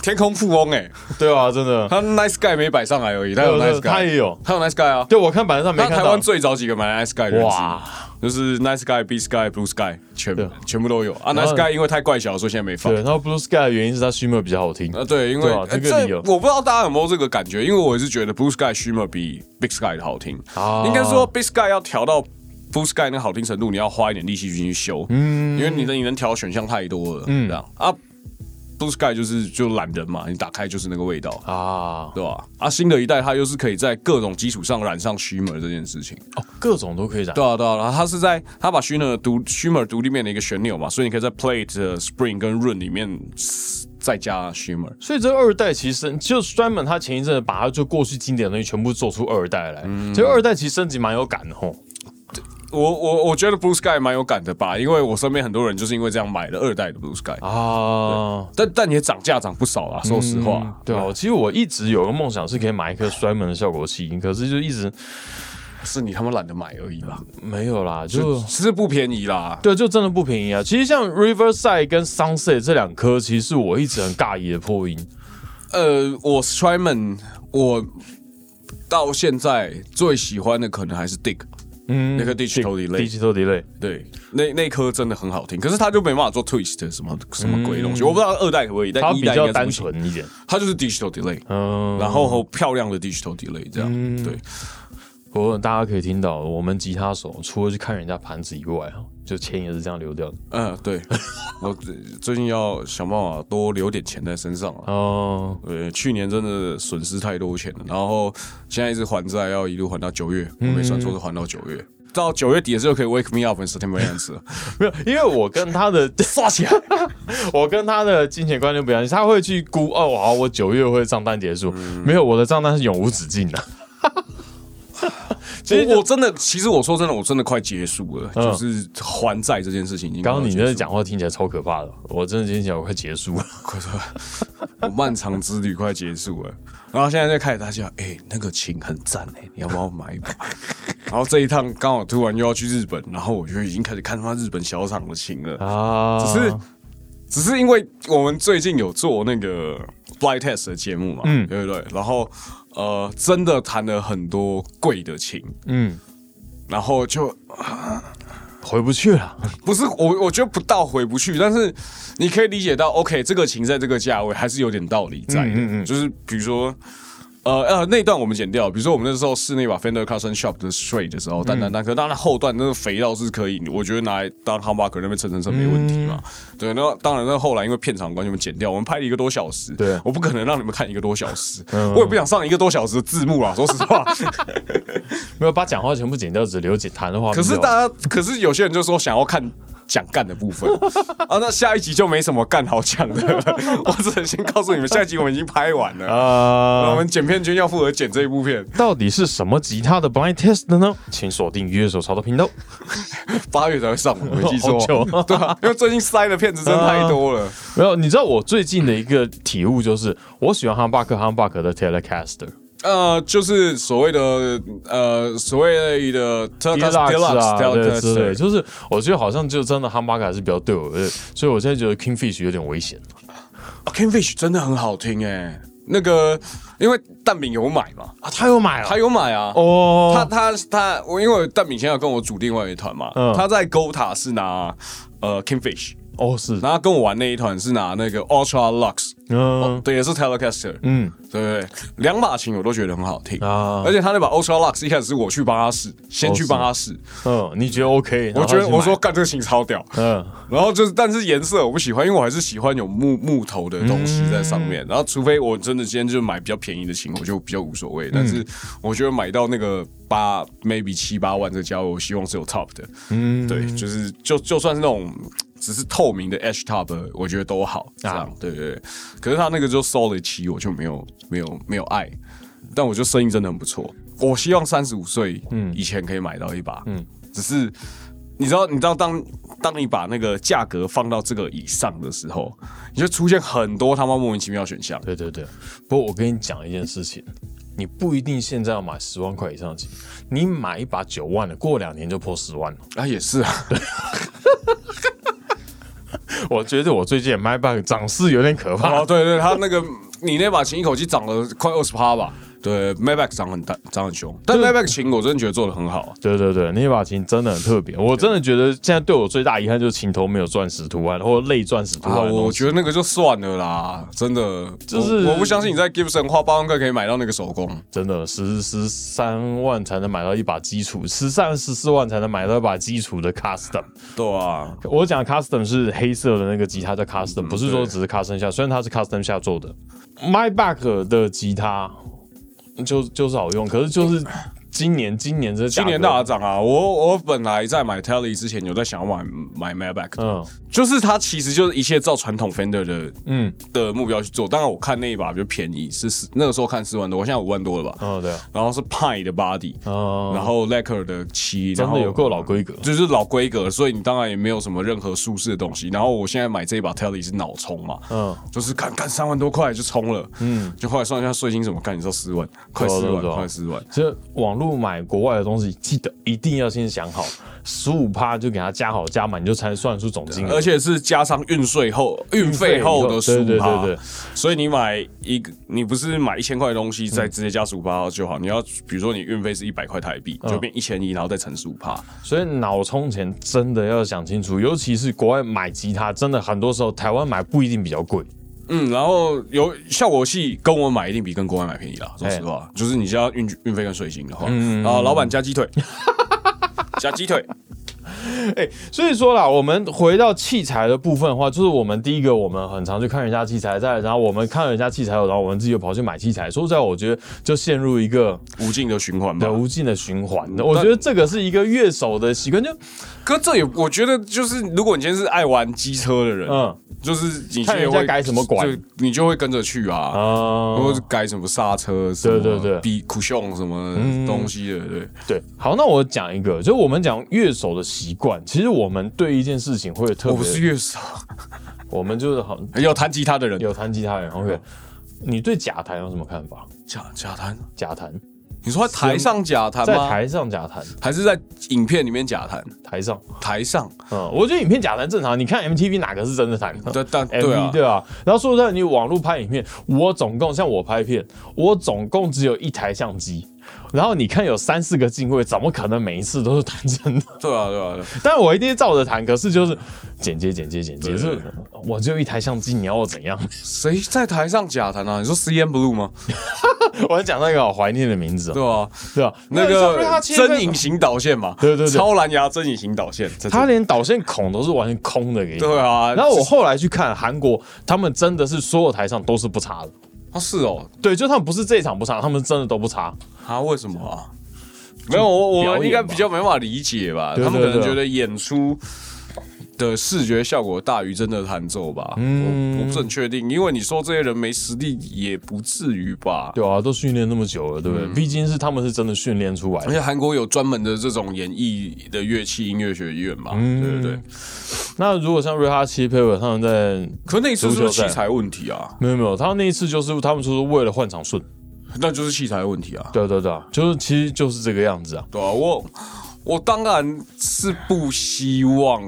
Speaker 2: 天空富翁哎、
Speaker 1: 对啊，真的，
Speaker 2: 他 Nice Guy 没摆上来而已，他有
Speaker 1: 对对
Speaker 2: Nice Guy，
Speaker 1: 他也有
Speaker 2: 他有 Nice Guy 啊，
Speaker 1: 对我看版上没
Speaker 2: 他
Speaker 1: 看
Speaker 2: 台
Speaker 1: 到
Speaker 2: 湾，最早几个买 Nice Guy 的人
Speaker 1: 哇
Speaker 2: 就是 Nice Guy、B Sky、Blue Sky 全
Speaker 1: 对
Speaker 2: 全部都有啊
Speaker 1: 然后
Speaker 2: ，Nice Guy 因为太怪小了，所以现在没放
Speaker 1: 对，。然后 Blue Sky 的原因是他 Shimmer 比较好听，
Speaker 2: 啊，对，因为
Speaker 1: 对啊
Speaker 2: 哎
Speaker 1: 这个理由
Speaker 2: 我不知道大家有没有这个感觉，因为我也是觉得 Blue Sky Shimmer 比 Big Sky 的好听，
Speaker 1: 啊
Speaker 2: 应该说 Big Sky 要调到 Blue Sky 那个好听程度，你要花一点力气去修，嗯，因为你的你能调的选项太多了，嗯，这样啊，Blue Sky 就是就懒人嘛，你打开就是那个味道。
Speaker 1: 啊，
Speaker 2: 对吧？啊，新的一代它又是可以在各种基础上染上 Shimmer 这件事情。
Speaker 1: 哦，各种都可以染，
Speaker 2: 对啊，对啊，然后它是在它把 Shimmer 独 Shimmer 独立面的一个旋钮嘛，所以你可以在 Plate、Spring 呃跟 Run 里面再加 Shimmer。
Speaker 1: 所以这二代其实就专门他前一阵子把他就过去经典的东西全部做出二代来，
Speaker 2: 嗯
Speaker 1: 其实二代其实升级蛮有感的吼，
Speaker 2: 我我我觉得 Blue Sky 蛮有感的吧，因为我身边很多人就是因为这样买了二代的 Blue Sky，、
Speaker 1: 啊。
Speaker 2: 但但也涨价涨不少啦，说实话。哦
Speaker 1: 嗯对啊，其实我一直有个梦想是可以买一颗摔门的效果器，可是就一直
Speaker 2: 是你他妈懒得买而已啦，
Speaker 1: 没有啦，就
Speaker 2: 其实不便宜啦。
Speaker 1: 对，就真的不便宜啊。其实像 Riverside 跟 Sunset 这两颗，其实是我一直很尬异的破音。
Speaker 2: 呃，我 Strymon 我到现在最喜欢的可能还是 Dig，
Speaker 1: 嗯，
Speaker 2: 那个 Digital Delay，
Speaker 1: Digital Delay
Speaker 2: 对，那那颗真的很好听，可是它就没办法做 Twist 什么什么鬼东西，我不知道二代可不可以，
Speaker 1: 嗯它
Speaker 2: 哎但一
Speaker 1: 比
Speaker 2: 代
Speaker 1: 较
Speaker 2: 应该是
Speaker 1: 单
Speaker 2: 不行，
Speaker 1: 纯一点，
Speaker 2: 它就是 Digital Delay，
Speaker 1: 嗯，
Speaker 2: 然后漂亮的 Digital Delay 这样，对。
Speaker 1: 不过大家可以听到，我们吉他手除了去看人家盘子以外啊，就钱也是这样流掉的。
Speaker 2: 嗯，对，我最最近要想办法多留点钱在身上啊。
Speaker 1: 哦，
Speaker 2: 呃，去年真的损失太多钱了，然后现在一直还债，要一路还到九月，
Speaker 1: 嗯
Speaker 2: 我没算错是还到九月，到九月底的时候可以 wake me up in September 样子，
Speaker 1: 没有，因为我跟他 的
Speaker 2: 刷起来。
Speaker 1: 我跟他的金钱观念不一样，他会去估哦，好，我九月会账单结束，
Speaker 2: 嗯
Speaker 1: 没有，我的账单是永无止境的。 其实
Speaker 2: 我我真的，其实我说真的，我真的快结束了，
Speaker 1: 嗯
Speaker 2: 就是还债这件事情已经快
Speaker 1: 刚
Speaker 2: 要
Speaker 1: 刚
Speaker 2: 结
Speaker 1: 你
Speaker 2: 束。
Speaker 1: 那讲话听起来超可怕的，我真的听起来我快结束了。
Speaker 2: 快说， 我漫长之旅快结束了，然后现在就开始大家，哎、那个琴很赞哎、你要不要买一把？ 然后这一趟刚好突然又要去日本，然后我就已经开始看他妈日本小厂的琴了，
Speaker 1: 啊，
Speaker 2: 只是只是因为我们最近有做那个 blind test 的节目嘛，嗯，对不对？然后呃，真的弹了很多贵的琴，
Speaker 1: 嗯，
Speaker 2: 然后就
Speaker 1: 回不去了。
Speaker 2: 不是我，我觉得不到回不去，但是你可以理解到，OK，这个琴在这个价位还是有点道理在的，就是比如说呃呃，那一段我们剪掉。比如说我们那时候试那把 Fender Custom Shop 的 Straight 的时候，单单单颗，当然后段那个肥料是可以，我觉得拿来当 humbucker 那边蹭蹭蹭没问题嘛。对，那当然那后来因为片场关系我们剪掉，我们拍了一个多小时。
Speaker 1: 对
Speaker 2: 我不可能让你们看一个多小时，我也不想上一个多小时的字幕啊，说实话。
Speaker 1: 没有把讲话全部剪掉，只留解谈的话。
Speaker 2: 可是大家，可是有些人就说想要看讲干的 部分啊，那下一集就没什么干好讲的了。我只能先告诉你们，下一集我们已经拍完了。我
Speaker 1: 呃，
Speaker 2: 们剪片君要负责剪这一部片，
Speaker 1: 到底是什么吉他的 blind test 呢？请锁定乐手潮的频道。
Speaker 2: 八月才会上，我没记
Speaker 1: 好久
Speaker 2: 错， 对啊，因为最近塞的片子真的太多了。
Speaker 1: 没有，你知道我最近的一个体悟就是，我喜欢 humbucker humbucker 的 Telecaster。
Speaker 2: 呃，就是所谓的呃，所谓的
Speaker 1: Deluxe 啊，对之类，
Speaker 2: Deluxe，
Speaker 1: 就是我觉得好像就真的 Humbucker 还是比较对我的，所以我现在觉得 Kingfish 有点危险。
Speaker 2: 啊 Kingfish 真的很好听哎、那个因为蛋饼有买嘛，
Speaker 1: 啊，他有买了
Speaker 2: 他有买啊，他
Speaker 1: 哦，
Speaker 2: 他他，我因为蛋饼现在有跟我组另外一团嘛，
Speaker 1: 嗯
Speaker 2: 他在 Gota 是拿呃 Kingfish，
Speaker 1: 哦是，
Speaker 2: 然后跟我玩那一团是拿那个 Ultra Lux，、
Speaker 1: 嗯
Speaker 2: 对，也是 Telecaster，
Speaker 1: 嗯，
Speaker 2: 对不对？两把琴我都觉得很好听
Speaker 1: 啊
Speaker 2: 而且他那把 Ultra Lux 一开始是我去帮他试，先去帮他试，
Speaker 1: 嗯，你觉得 OK？
Speaker 2: 我觉得
Speaker 1: 然后他
Speaker 2: 我
Speaker 1: 去
Speaker 2: 说
Speaker 1: 买，
Speaker 2: 干这个琴超屌，
Speaker 1: 嗯，
Speaker 2: 然后就是，但是颜色我不喜欢，因为我还是喜欢有木木头的东西在上面。然后，除非我真的今天就买比较便宜的琴，我就比较无所谓。但是，我觉得买到那个八 maybe 七八万这个价位，我希望是有 top 的。嗯，对，就是就就算是那种只是透明的 H top，的我觉得都好。这样，
Speaker 1: 啊
Speaker 2: 对对对。可是它那个就 solid 七，我就没有没有没有爱。但我觉得生意真的很不错。我希望三十五岁以前可以买到一把，嗯，只是你知道，你知道当当你把那个价格放到这个以上的时候，你就出现很多他妈莫名其妙选项。
Speaker 1: 对对对。不过我跟你讲一件事情，你不一定现在要买十万块以上的琴，你买一把九万的，过两年就破十万了。
Speaker 2: 啊，也是啊，
Speaker 1: 我觉得我最近也卖把涨势有点可怕
Speaker 2: 哦，。对对，他那个你那把琴一口气涨了快二十趴吧？对，Maybach 涨很大，涨很凶，但 Maybach 琴我真的觉得做的很好。啊
Speaker 1: 对对对，那把琴真的很特别，我真的觉得现在对我最大遗憾就是琴头没有钻石图案或者类钻石图
Speaker 2: 啊，
Speaker 1: 案的东
Speaker 2: 我
Speaker 1: 西。
Speaker 2: 觉得那个就算了啦，真的，
Speaker 1: 就是
Speaker 2: 我我不相信你在 Gibson 花八万块可以买到那个手工。
Speaker 1: 真的十十三万才能买到一把基础，十三十四万才能买到一把基础的 custom。
Speaker 2: 对啊，
Speaker 1: 我讲的 custom 是黑色的那个吉他叫
Speaker 2: 嗯
Speaker 1: custom，不是说只是 custom 下，虽然它是 custom 下做的。My Back 的吉他就就是好用，可是就是今年今年这
Speaker 2: 今年
Speaker 1: 价格
Speaker 2: 大涨啊！我我本来在买 Telly 之前有在想要买买 Maybach，的
Speaker 1: 嗯
Speaker 2: 就是它其实就是一切照传统 Fender 的
Speaker 1: 嗯
Speaker 2: 的目标去做。当然，我看那一把比较便宜，是四那个时候看四万多，我现在五万多了吧。
Speaker 1: 哦对啊，
Speaker 2: 然后是 Pine 的 Body，、
Speaker 1: 哦
Speaker 2: 然后 Lecker 的漆，然
Speaker 1: 真
Speaker 2: 后
Speaker 1: 的有够老规格。
Speaker 2: 就是老规格，所以你当然也没有什么任何舒适的东西。然后我现在买这一把 Telly 是脑冲嘛，
Speaker 1: 嗯，
Speaker 2: 就是干干三万多块就冲了，嗯，就后来算一下税金怎么干，你知道四万，快四
Speaker 1: 对
Speaker 2: 万，
Speaker 1: 啊
Speaker 2: 快四万。
Speaker 1: 所以网络买国外的东西，记得一定要先想好，十五趴就给它加好加满，你就才能算出总金额。
Speaker 2: 而且是加上运税后、运费后的十
Speaker 1: 对
Speaker 2: 五
Speaker 1: 对
Speaker 2: 趴，
Speaker 1: 对对
Speaker 2: 所以你买一个，你不是买一千块的东西，
Speaker 1: 嗯
Speaker 2: 再直接加十五趴就好。你要比如说你运费是一百块台币，
Speaker 1: 嗯
Speaker 2: 就变一千一，然后再乘十五趴。
Speaker 1: 所以脑充钱真的要想清楚，尤其是国外买吉他，真的很多时候台湾买不一定比较贵。
Speaker 2: 嗯，然后有效果器跟我买一定比跟国外买便宜啦。说实话，就是你加运运费跟税金的话，
Speaker 1: 嗯
Speaker 2: 然后老板加 鸡腿，加鸡腿，
Speaker 1: 哎、所以说啦，我们回到器材的部分的话，就是我们第一个，我们很常去看人家器材，再然后我们看人家器材，然后我们自己又跑去买器材。说实在，我觉得就陷入一个
Speaker 2: 无尽的循环吧
Speaker 1: 的。无尽的循环。我觉得这个是一个乐手的习惯，就
Speaker 2: 哥，这也我觉得就是，如果你今天是爱玩机车的人，
Speaker 1: 嗯
Speaker 2: 就是你
Speaker 1: 看人
Speaker 2: 现
Speaker 1: 家
Speaker 2: 在会
Speaker 1: 改什么管
Speaker 2: 就你就会跟着去啊。
Speaker 1: 啊，
Speaker 2: 或者是改什么刹车，什么
Speaker 1: 对对嗯对
Speaker 2: 比酷熊什么东西的，对。
Speaker 1: 对，好，那我讲一个，就是我们讲乐手的习惯。其实我们对一件事情会有特
Speaker 2: 我
Speaker 1: 别，
Speaker 2: 不是乐手，
Speaker 1: 我们就是好
Speaker 2: 有弹吉他的人，
Speaker 1: 有弹吉他的人。OK，你
Speaker 2: 嗯
Speaker 1: 对假弹有什么看法？
Speaker 2: 假假弹。
Speaker 1: 假弹
Speaker 2: 你说在台上假弹
Speaker 1: 在
Speaker 2: 吗？
Speaker 1: 台上假弹，
Speaker 2: 还是在影片里面假弹？
Speaker 1: 台上，
Speaker 2: 台上，
Speaker 1: 嗯，我觉得影片假弹正常。你看 MTV 哪个是真的弹？
Speaker 2: 但但对
Speaker 1: MV
Speaker 2: 啊，
Speaker 1: 对啊，然后说实在，你网络拍影片，我总共像我拍片，我总共只有一台相机，然后你看有三四个镜位，怎么可能每一次都是弹真的？
Speaker 2: 对啊，对啊，对啊
Speaker 1: 但我一定照着弹，可是就是 剪接、剪接、剪接，
Speaker 2: 对
Speaker 1: 是我只有一台相机，你要我怎样？
Speaker 2: 谁在台上假弹啊？你说 C N Blue 吗？
Speaker 1: 我在讲到一个好怀念的名字哦，
Speaker 2: 对啊，
Speaker 1: 对吧？
Speaker 2: 那个
Speaker 1: 真
Speaker 2: 针引型导线嘛，
Speaker 1: 对对对
Speaker 2: 超蓝牙针引型导线，这
Speaker 1: 他连导线孔都是完全空的给你。
Speaker 2: 对啊，
Speaker 1: 然后我
Speaker 2: 这
Speaker 1: 后来去看韩国，他们真的是所有台上都是不插的。
Speaker 2: 啊是哦，
Speaker 1: 对，就他们不是这一场不插，他们真的都不插。
Speaker 2: 啊为什么啊？没有，我我
Speaker 1: 表演
Speaker 2: 们
Speaker 1: 吧
Speaker 2: 应该比较没办法理解吧？
Speaker 1: 对对
Speaker 2: 他们可能
Speaker 1: 对
Speaker 2: 觉得演出的视觉效果大于真的弹奏吧？嗯，我不是很确定，因为你说这些人没实力也不至于吧？
Speaker 1: 对啊，都训练那么久了，对不对？毕竟是他们是真的训练出来
Speaker 2: 而
Speaker 1: 的。
Speaker 2: 且韩国有专门的这种演艺的乐器音乐学院嘛，对对对。
Speaker 1: 那如果像瑞哈七、佩尔他们在
Speaker 2: 可那一次是不
Speaker 1: 足
Speaker 2: 是
Speaker 1: 球赛
Speaker 2: 器材问题啊？
Speaker 1: 没有没有，他那一次就是他们就是为了换场顺。
Speaker 2: 那就是器材问题啊。
Speaker 1: 对啊对啊对啊，就是其实就是这个样子啊。
Speaker 2: 对啊，我我当然是不希望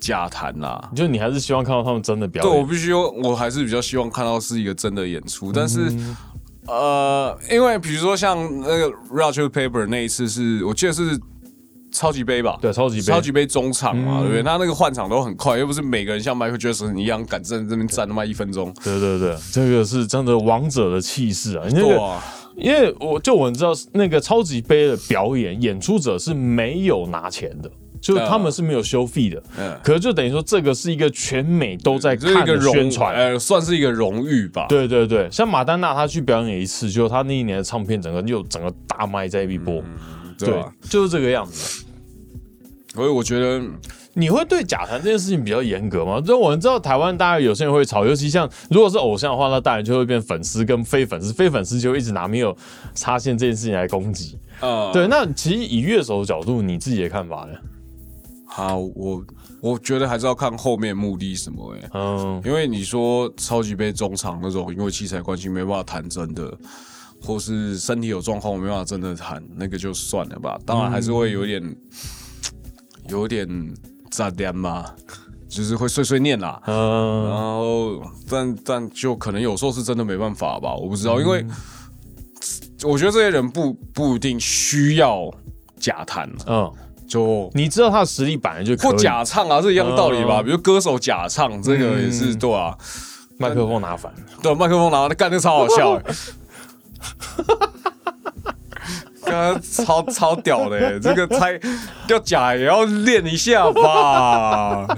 Speaker 2: 假弹啊啦。
Speaker 1: 就你还是希望看到他们真的表
Speaker 2: 对，我
Speaker 1: 演。嗯
Speaker 2: 必须，我还是比较希望看到是一个真的演出，但是。呃，因为比如说像那个 Roger Paper 那一次是，我记得是超级杯吧？
Speaker 1: 对超级杯嗯
Speaker 2: 超级杯中场嘛，对不对？那那个换场都很快，又不是每个人像 Michael Jackson 一样敢站在这边站他妈一分钟。
Speaker 1: 对对对，这个是真的王者的气势啊！那
Speaker 2: 对
Speaker 1: 个
Speaker 2: 啊，
Speaker 1: 因为我就我们知道那个超级杯的表演，演出者是没有拿钱的，就是他们是没有收费的。
Speaker 2: 嗯
Speaker 1: 可是就等于说，这个是一个全美都在
Speaker 2: 这是一
Speaker 1: 看
Speaker 2: 个
Speaker 1: 的
Speaker 2: 荣
Speaker 1: 宣传。
Speaker 2: 呃，算是一个荣誉吧。
Speaker 1: 对对对，像马丹娜她去表演一次，就她那一年的唱片整个又整个大卖在一波，
Speaker 2: 嗯对啊
Speaker 1: 对
Speaker 2: 吧？，
Speaker 1: 就是这个样子。
Speaker 2: 所以我觉得
Speaker 1: 你会对假弹这件事情比较严格吗？就我们知道台湾大家有些人会吵，尤其像如果是偶像的话，那当然就会变粉丝跟非粉丝，非粉丝就一直拿没有插线这件事情来攻击。
Speaker 2: 呃，
Speaker 1: 对，那其实以乐手的角度，你自己的看法呢？
Speaker 2: 好，我我觉得还是要看后面目的什么哎、欸
Speaker 1: 嗯，
Speaker 2: 因为你说超级杯中场那种，因为器材关系没办法弹真的，或是身体有状况没办法真的弹，那个就算了吧。当然还是会有点、有点炸点嘛，就是会碎碎念啦。然
Speaker 1: 嗯，
Speaker 2: 后，但但就可能有时候是真的没办法吧，我不知道，
Speaker 1: 嗯
Speaker 2: 因为我觉得这些人不不一定需要假弹，
Speaker 1: 嗯，
Speaker 2: 就
Speaker 1: 你知道他的实力本来就可以
Speaker 2: 或假唱啊，是一样的道理吧？
Speaker 1: 嗯
Speaker 2: 比如歌手假唱，这个也是、对啊，
Speaker 1: 麦克风拿反，
Speaker 2: 对，麦克风拿来干，那超好笑、 欸，刚刚超超屌的、欸，这个猜要假也要练一下吧？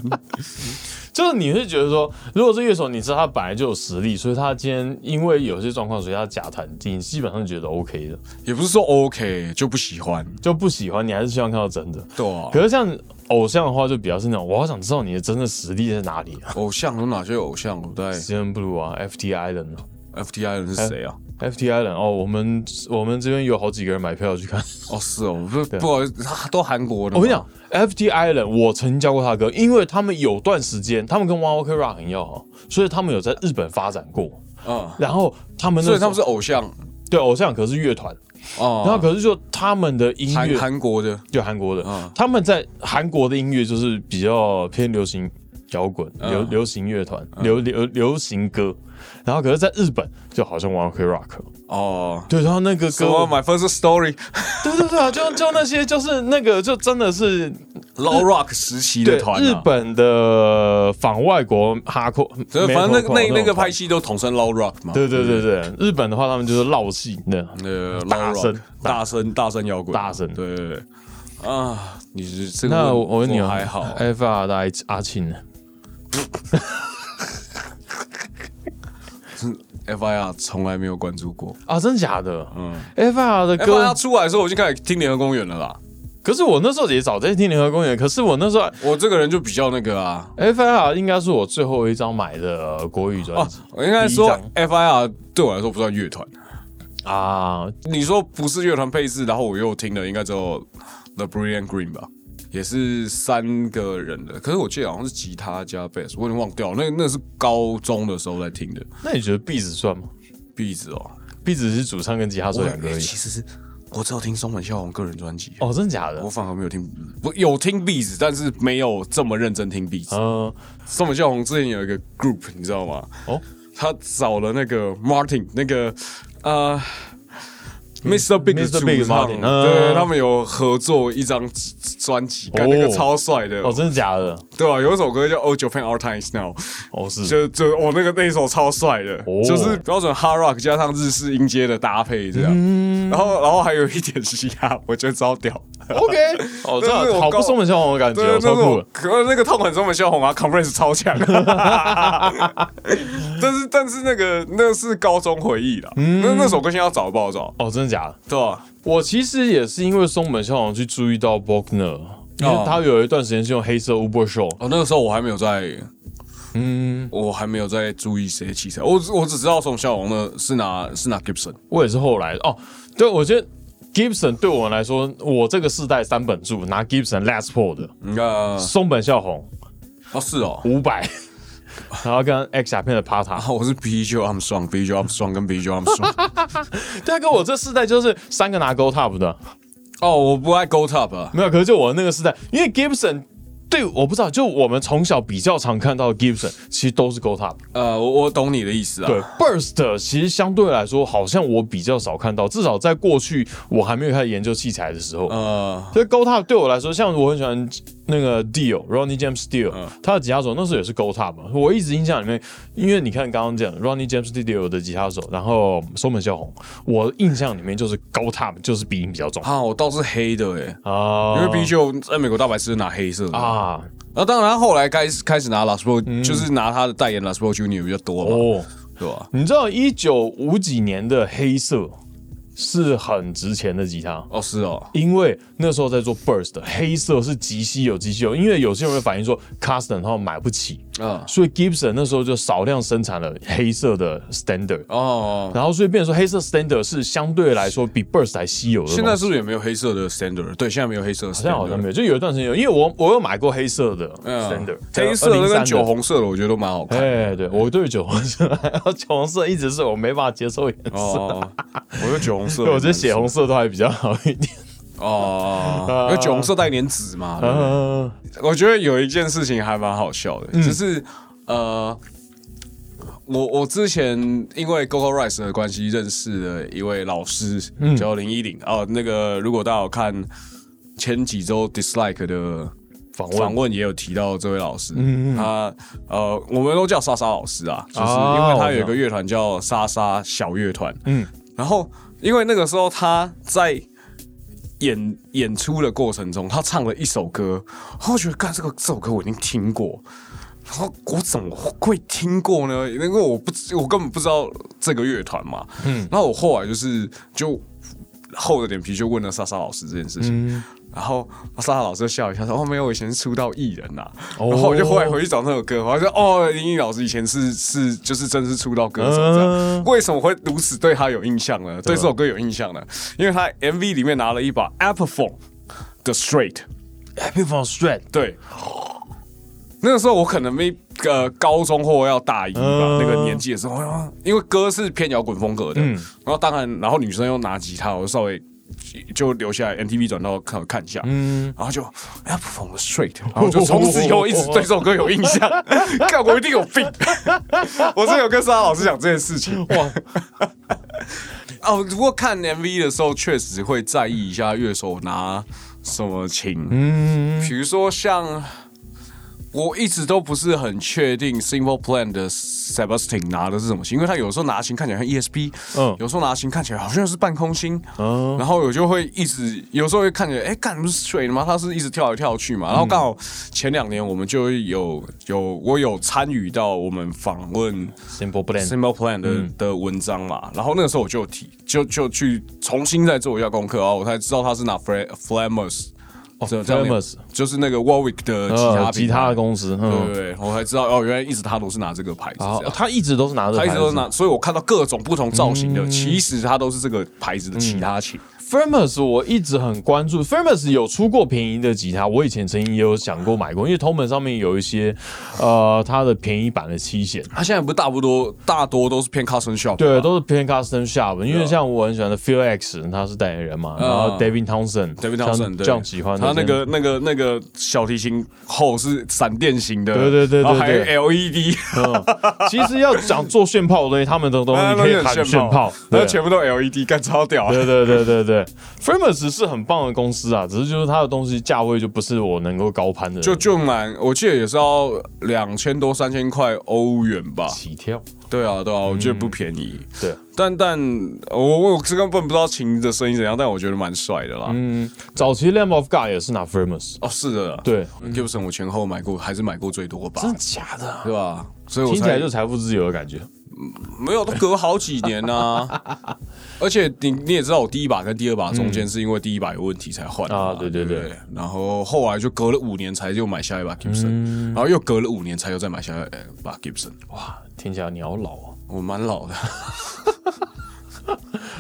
Speaker 1: 就是你是觉得说，如果这乐手你知道他本来就有实力，所以他今天因为有些状况，所以他假弹，你基本上觉得 OK 的，
Speaker 2: 也不是说 OK 就不喜欢，
Speaker 1: 就不喜欢，你还是希望看到真的。
Speaker 2: 对啊。
Speaker 1: 可是像偶像的话，就比较是那种，我好想知道你的真正实力在哪里啊。
Speaker 2: 偶像有哪些偶像？我在
Speaker 1: s i m b l u 啊，FTI 人啊
Speaker 2: FTI 人是谁啊？
Speaker 1: ，FTI 人哦，我们我们这边有好几个人买票去 看。
Speaker 2: 哦，是哦，不不好意思，他都韩国的。
Speaker 1: 我跟你讲，，FT Island，我曾经教过他的歌，因为他们有段时间，他们跟 One Ok Rock 很要好，所以他们有在日本发展过。
Speaker 2: 嗯，
Speaker 1: 然后他们那
Speaker 2: 所以他们
Speaker 1: 时
Speaker 2: 是
Speaker 1: 候
Speaker 2: 偶像
Speaker 1: 对偶像，可是乐团。然后
Speaker 2: 哦，
Speaker 1: 可是就他们的音
Speaker 2: 韩
Speaker 1: 乐，
Speaker 2: 韩国的
Speaker 1: 就韩国的，
Speaker 2: 嗯
Speaker 1: 他们在韩国的音乐就是比较偏流行摇滚、
Speaker 2: 嗯
Speaker 1: 流流行乐团、流流流行歌。然后可是在日本就好像 One Ok Rock，
Speaker 2: 哦。
Speaker 1: 对，然后那个
Speaker 2: 什么
Speaker 1: 歌，
Speaker 2: ？My first story。
Speaker 1: 对对对啊，就就那些就是那个就真的是
Speaker 2: Low Rock 时期
Speaker 1: 对
Speaker 2: 的团、啊，
Speaker 1: 日本的仿外国哈扣，
Speaker 2: 所以反正那个那那个拍
Speaker 1: 戏，
Speaker 2: 戏都统称 Low Rock 嘛，
Speaker 1: 对对对对，日本的话他们就是绕戏的，
Speaker 2: 呃，
Speaker 1: 大
Speaker 2: low rock，
Speaker 1: 声
Speaker 2: 大声大声摇滚，
Speaker 1: 大声
Speaker 2: 对对对，啊，你是这个
Speaker 1: 那我我问你哦
Speaker 2: 还好，
Speaker 1: ，F R 的阿阿庆呢？
Speaker 2: ，FIR 从来没有关注过。
Speaker 1: 啊，真假的？嗯，F R 的歌
Speaker 2: FIR，出来的时候我就开始听联合公园了啦，
Speaker 1: 可是我那时候也早在听联合公园，可是我那时候
Speaker 2: 我这个人就比较那个啊，
Speaker 1: F R 应该是我最后一张买的国语专
Speaker 2: 啊
Speaker 1: 辑，
Speaker 2: 我应该
Speaker 1: 第一
Speaker 2: 说
Speaker 1: 张
Speaker 2: FIR 对我来说不算乐团，哦
Speaker 1: 啊，
Speaker 2: 你说不是乐团配置，然后我又听的应该只有 The Brilliant Green 吧，也是三个人的，可是我记得好像是吉他加 bass，我有点忘掉了，那那是高中的时候在听的。
Speaker 1: 那你觉得 B 子算吗
Speaker 2: 壁纸哦，
Speaker 1: ？B 子是主唱跟吉他手两个而
Speaker 2: 欸
Speaker 1: 已。
Speaker 2: 其实是我只有听松本孝宏个人专辑，啊
Speaker 1: 哦，真假的
Speaker 2: 我？反而没有听，我有听壁纸，但是没有这么认真听壁纸。
Speaker 1: 嗯，
Speaker 2: 松本孝宏之前有一个 group，你知道吗？
Speaker 1: 哦，
Speaker 2: 他找了那个 Martin，那个呃 Mr. Big 啊的
Speaker 1: Mr.
Speaker 2: 主
Speaker 1: Big
Speaker 2: 唱，
Speaker 1: Martin，
Speaker 2: 对
Speaker 1: 嗯
Speaker 2: 他们有合作一张专辑，干那个
Speaker 1: 哦
Speaker 2: 超帅的，
Speaker 1: 哦，真的假的？
Speaker 2: 对啊，有一首歌叫《All Japan All Times Now》，
Speaker 1: 哦，是
Speaker 2: 就就我、哦、那个那一首超帅的，
Speaker 1: 哦
Speaker 2: 就是标准 hard rock 加上日式音阶的搭配这样，
Speaker 1: 嗯
Speaker 2: 然后然后还有一点嘻哈， 我觉得超屌。
Speaker 1: OK，哦，
Speaker 2: 这
Speaker 1: 这
Speaker 2: 是我
Speaker 1: 样好
Speaker 2: 高
Speaker 1: 不松本向宏的感觉
Speaker 2: 对，
Speaker 1: 哦，
Speaker 2: 那
Speaker 1: 超酷
Speaker 2: 种
Speaker 1: 的。
Speaker 2: 可那个痛很中本秀红啊，conference 超强， 但是但是那个那是高中回忆啦，那那首歌现在要找不好找，
Speaker 1: 哦，真的假的？
Speaker 2: 对吧？
Speaker 1: 我其实也是因为松本孝宏去注意到 Bogner，因为他有一段时间是用黑色 Uber Show，
Speaker 2: 哦，那个时候我还没有在，
Speaker 1: 嗯，
Speaker 2: 我还没有在注意谁器材，我只我只知道宋小红的是拿是拿 Gibson，
Speaker 1: 我也是后来哦，对我觉得 Gibson 对我来说，我这个世代三本柱拿 Gibson Les Paul 的，
Speaker 2: 呃，
Speaker 1: 松本孝宏
Speaker 2: 哦是哦。
Speaker 1: 五百，然后跟 X 甲片的 Pata，
Speaker 2: 啊，我是 B J I'm strong B J I'm strong 跟 B J I'm strong。
Speaker 1: 对啊，跟我这世代就是三个拿 Go Top 的，
Speaker 2: 哦，我不爱 Go Top 啊。
Speaker 1: 没有，可是就我那个世代，因为 Gibson 对我不知道，就我们从小比较常看到的 Gibson 其实都是 Go Top，
Speaker 2: 呃，我我懂你的意思啊。
Speaker 1: 对 Burst 其实相对来说好像我比较少看到，至少在过去我还没有开始研究器材的时候。
Speaker 2: 呃，
Speaker 1: 所以 Go Top 对我来说，像我很喜欢那个 Deal Ronnie James Deal，、他的吉他手那时候也是 Go Top 嘛。我一直印象里面，因为你看刚刚讲 Ronnie James Deal 的吉他手，然后松本孝宏，我印象里面就是 Go Top 就是鼻音比较重
Speaker 2: 啊，我倒是黑的诶、
Speaker 1: 啊，
Speaker 2: 因为 B J 我在美国大白是拿黑色的哦啊。嗯
Speaker 1: 啊
Speaker 2: 那当然，他后来开始开始拿 Las Pro，、就是拿他的代言 Las Pro Junior 比较多嘛，
Speaker 1: 哦，
Speaker 2: 对吧？
Speaker 1: 你知道一九五几年的黑色是很值钱的吉他。
Speaker 2: 哦，是哦，
Speaker 1: 因为那时候在做 Burst，黑色是极稀有、极稀有。因为有些人会反映说 Custom 他们买不起，
Speaker 2: 嗯，
Speaker 1: 所以 Gibson 那时候就少量生产了黑色的 Standard，
Speaker 2: 哦，
Speaker 1: 然后所以变成说黑色 Standard 是相对来说比 Burst 还稀有的东西。
Speaker 2: 现在是不是也没有黑色的 Standard？对，现在没有黑色的 Standard，
Speaker 1: 好像好像没有，就有一段时间有，因为我我有买过黑色的
Speaker 2: 嗯
Speaker 1: Standard，、
Speaker 2: 黑色的
Speaker 1: 2003
Speaker 2: 跟酒。红色的，我觉得都蛮好看。
Speaker 1: 哎，对，我对酒红 色，酒红色一直是我没办法接受颜色。
Speaker 2: 哦， 我觉得酒红色，
Speaker 1: 对，我觉得血红色都还比较好一点。
Speaker 2: 哦，因为酒红色带点紫嘛。对不对
Speaker 1: 嗯，
Speaker 2: 我觉得有一件事情还蛮好笑的，就是呃，我我之前因为 Coco Rice 的关系认识了一位老师，叫林依林哦。那个如果大家有看前几周 Dislike 的
Speaker 1: 访
Speaker 2: 访
Speaker 1: 问
Speaker 2: 问也嗯有提到这位老师，他呃，我们都叫莎莎老师啊，就是因为他有一个乐团叫莎莎小乐团，嗯
Speaker 1: 嗯，
Speaker 2: 然后因为那个时候他在演演出的过程中，他唱了一首歌，然后我觉得干这个这首歌我已经听过。然后我怎么会听过呢？因为我不知，我根本不知道这个乐团嘛。嗯，然后我后来就是就厚着脸皮就问了莎莎老师这件事情，然后莎莎老师就笑一下说：“哦，没有，我以前是出道艺人呐、
Speaker 1: 哦
Speaker 2: 然后我就后来回去找那首歌，我就说：“哦，林毅老师以前是是就是真是出道歌手这样。
Speaker 1: 嗯啊
Speaker 2: 为什么会如此对他有印象呢？对这首歌有印象呢？因为他 MV 里面拿了一把 Apple Phone 的 Straight。
Speaker 1: Happy From Strat，
Speaker 2: 对，那个时候我可能没呃高中或要大一吧、
Speaker 1: 嗯
Speaker 2: 那个年纪的时候，啊因为歌是偏摇滚风格的，
Speaker 1: 嗯
Speaker 2: 然后当然，然后女生又拿吉他，我稍微。就留下来 MTV 转到看看一下，嗯，然后就 Apple 的 Straight，然后就从此以后我一 直对这首歌有印象，看我一定有病， 我真的有跟沙老师讲这件事情，
Speaker 1: 哇，
Speaker 2: 哦，不过看 MV 的时候，确实会在意一下乐手拿什么琴。嗯，比如说像我一直都不是很确定 Simple Plan 的 Sebastian 拿的是什么琴，因为他有时候拿琴看起来像 ESP，嗯
Speaker 1: 嗯，哦
Speaker 2: 有时候拿琴看起来好像是半空心，嗯，然后我就会一直有时候会看起来，哎，干不是 straight 吗？他是一直跳来跳去嘛。
Speaker 1: 嗯
Speaker 2: 然后刚好前两年我们就有有我有参与到我们访问
Speaker 1: Simple Plan，
Speaker 2: Simple Plan 的、
Speaker 1: 嗯
Speaker 2: 的文章嘛，然后那个时候我就有提，就就去重新再做一下功课啊，我才知道他是拿 Fl Flamers，哦
Speaker 1: Flamers
Speaker 2: 就是那个 Warwick 的吉他、
Speaker 1: 呃，吉他的，公司，
Speaker 2: 对
Speaker 1: 嗯，
Speaker 2: 对，我才知道哦，原来一直他都是拿这个牌子这
Speaker 1: 啊
Speaker 2: 样，。
Speaker 1: 他一直都是拿着，嗯
Speaker 2: 他一直都是拿，所以我看到各种不同造型的，其实他都是这个牌子的其他琴。
Speaker 1: Firmus 我一直很关注，Firmus 有出过便宜的吉他，我以前曾经也有想过买过，因为同门上面有一些呃它的便宜版的七弦，
Speaker 2: 他现在不是大不多大多都是偏 custom shop，
Speaker 1: 对，
Speaker 2: 吗
Speaker 1: 都是偏 custom
Speaker 2: 啊
Speaker 1: shop，因为像我很喜欢的 Phil X，他是代言人嘛，然后 David Thompson，
Speaker 2: David
Speaker 1: 像
Speaker 2: Thompson 对
Speaker 1: 这样喜欢的
Speaker 2: 他那
Speaker 1: 这样
Speaker 2: 个那个那个小提琴后是闪电型的，
Speaker 1: 对对对对
Speaker 2: 然后还有 E
Speaker 1: 对
Speaker 2: LED，
Speaker 1: 嗯，其实要讲做炫炮的
Speaker 2: 哎
Speaker 1: 东西，他们的东西哦你可以喊炫炮，
Speaker 2: 那
Speaker 1: 对
Speaker 2: 全部都 LED，干超屌。
Speaker 1: 对对对对对，Famous 是很棒的公司啊，只是就是它的东西价位就不是我能够高攀的，
Speaker 2: 就就蛮，我记得也是要两千多三千块欧元吧。
Speaker 1: 起跳，
Speaker 2: 对啊，对啊，我觉得不便宜。
Speaker 1: 嗯对，
Speaker 2: 但但我我是根本不知道琴的声音怎样，但我觉得蛮帅的啦。
Speaker 1: 嗯，早期 Lamb of God 也是拿 Famous，
Speaker 2: 哦，是的，
Speaker 1: 对，
Speaker 2: ，Gibson 我前后买过，还是买过最多吧，
Speaker 1: 真的假的？
Speaker 2: 对吧？所以我
Speaker 1: 听起来
Speaker 2: 才
Speaker 1: 就财富自由的感觉，
Speaker 2: 没有，都隔好几年呐、 而且你你也知道，我第一把跟第二把中间是因为第一把有问题才换的嘛
Speaker 1: 嗯啊对对
Speaker 2: 对
Speaker 1: 对
Speaker 2: 不。然后后来就隔了五年才又买下一把 Gibson，、然
Speaker 1: 嗯
Speaker 2: 后又隔了五年才又再买下一把 Gibson。
Speaker 1: 哇，听起来你好老啊！
Speaker 2: 我蛮老的，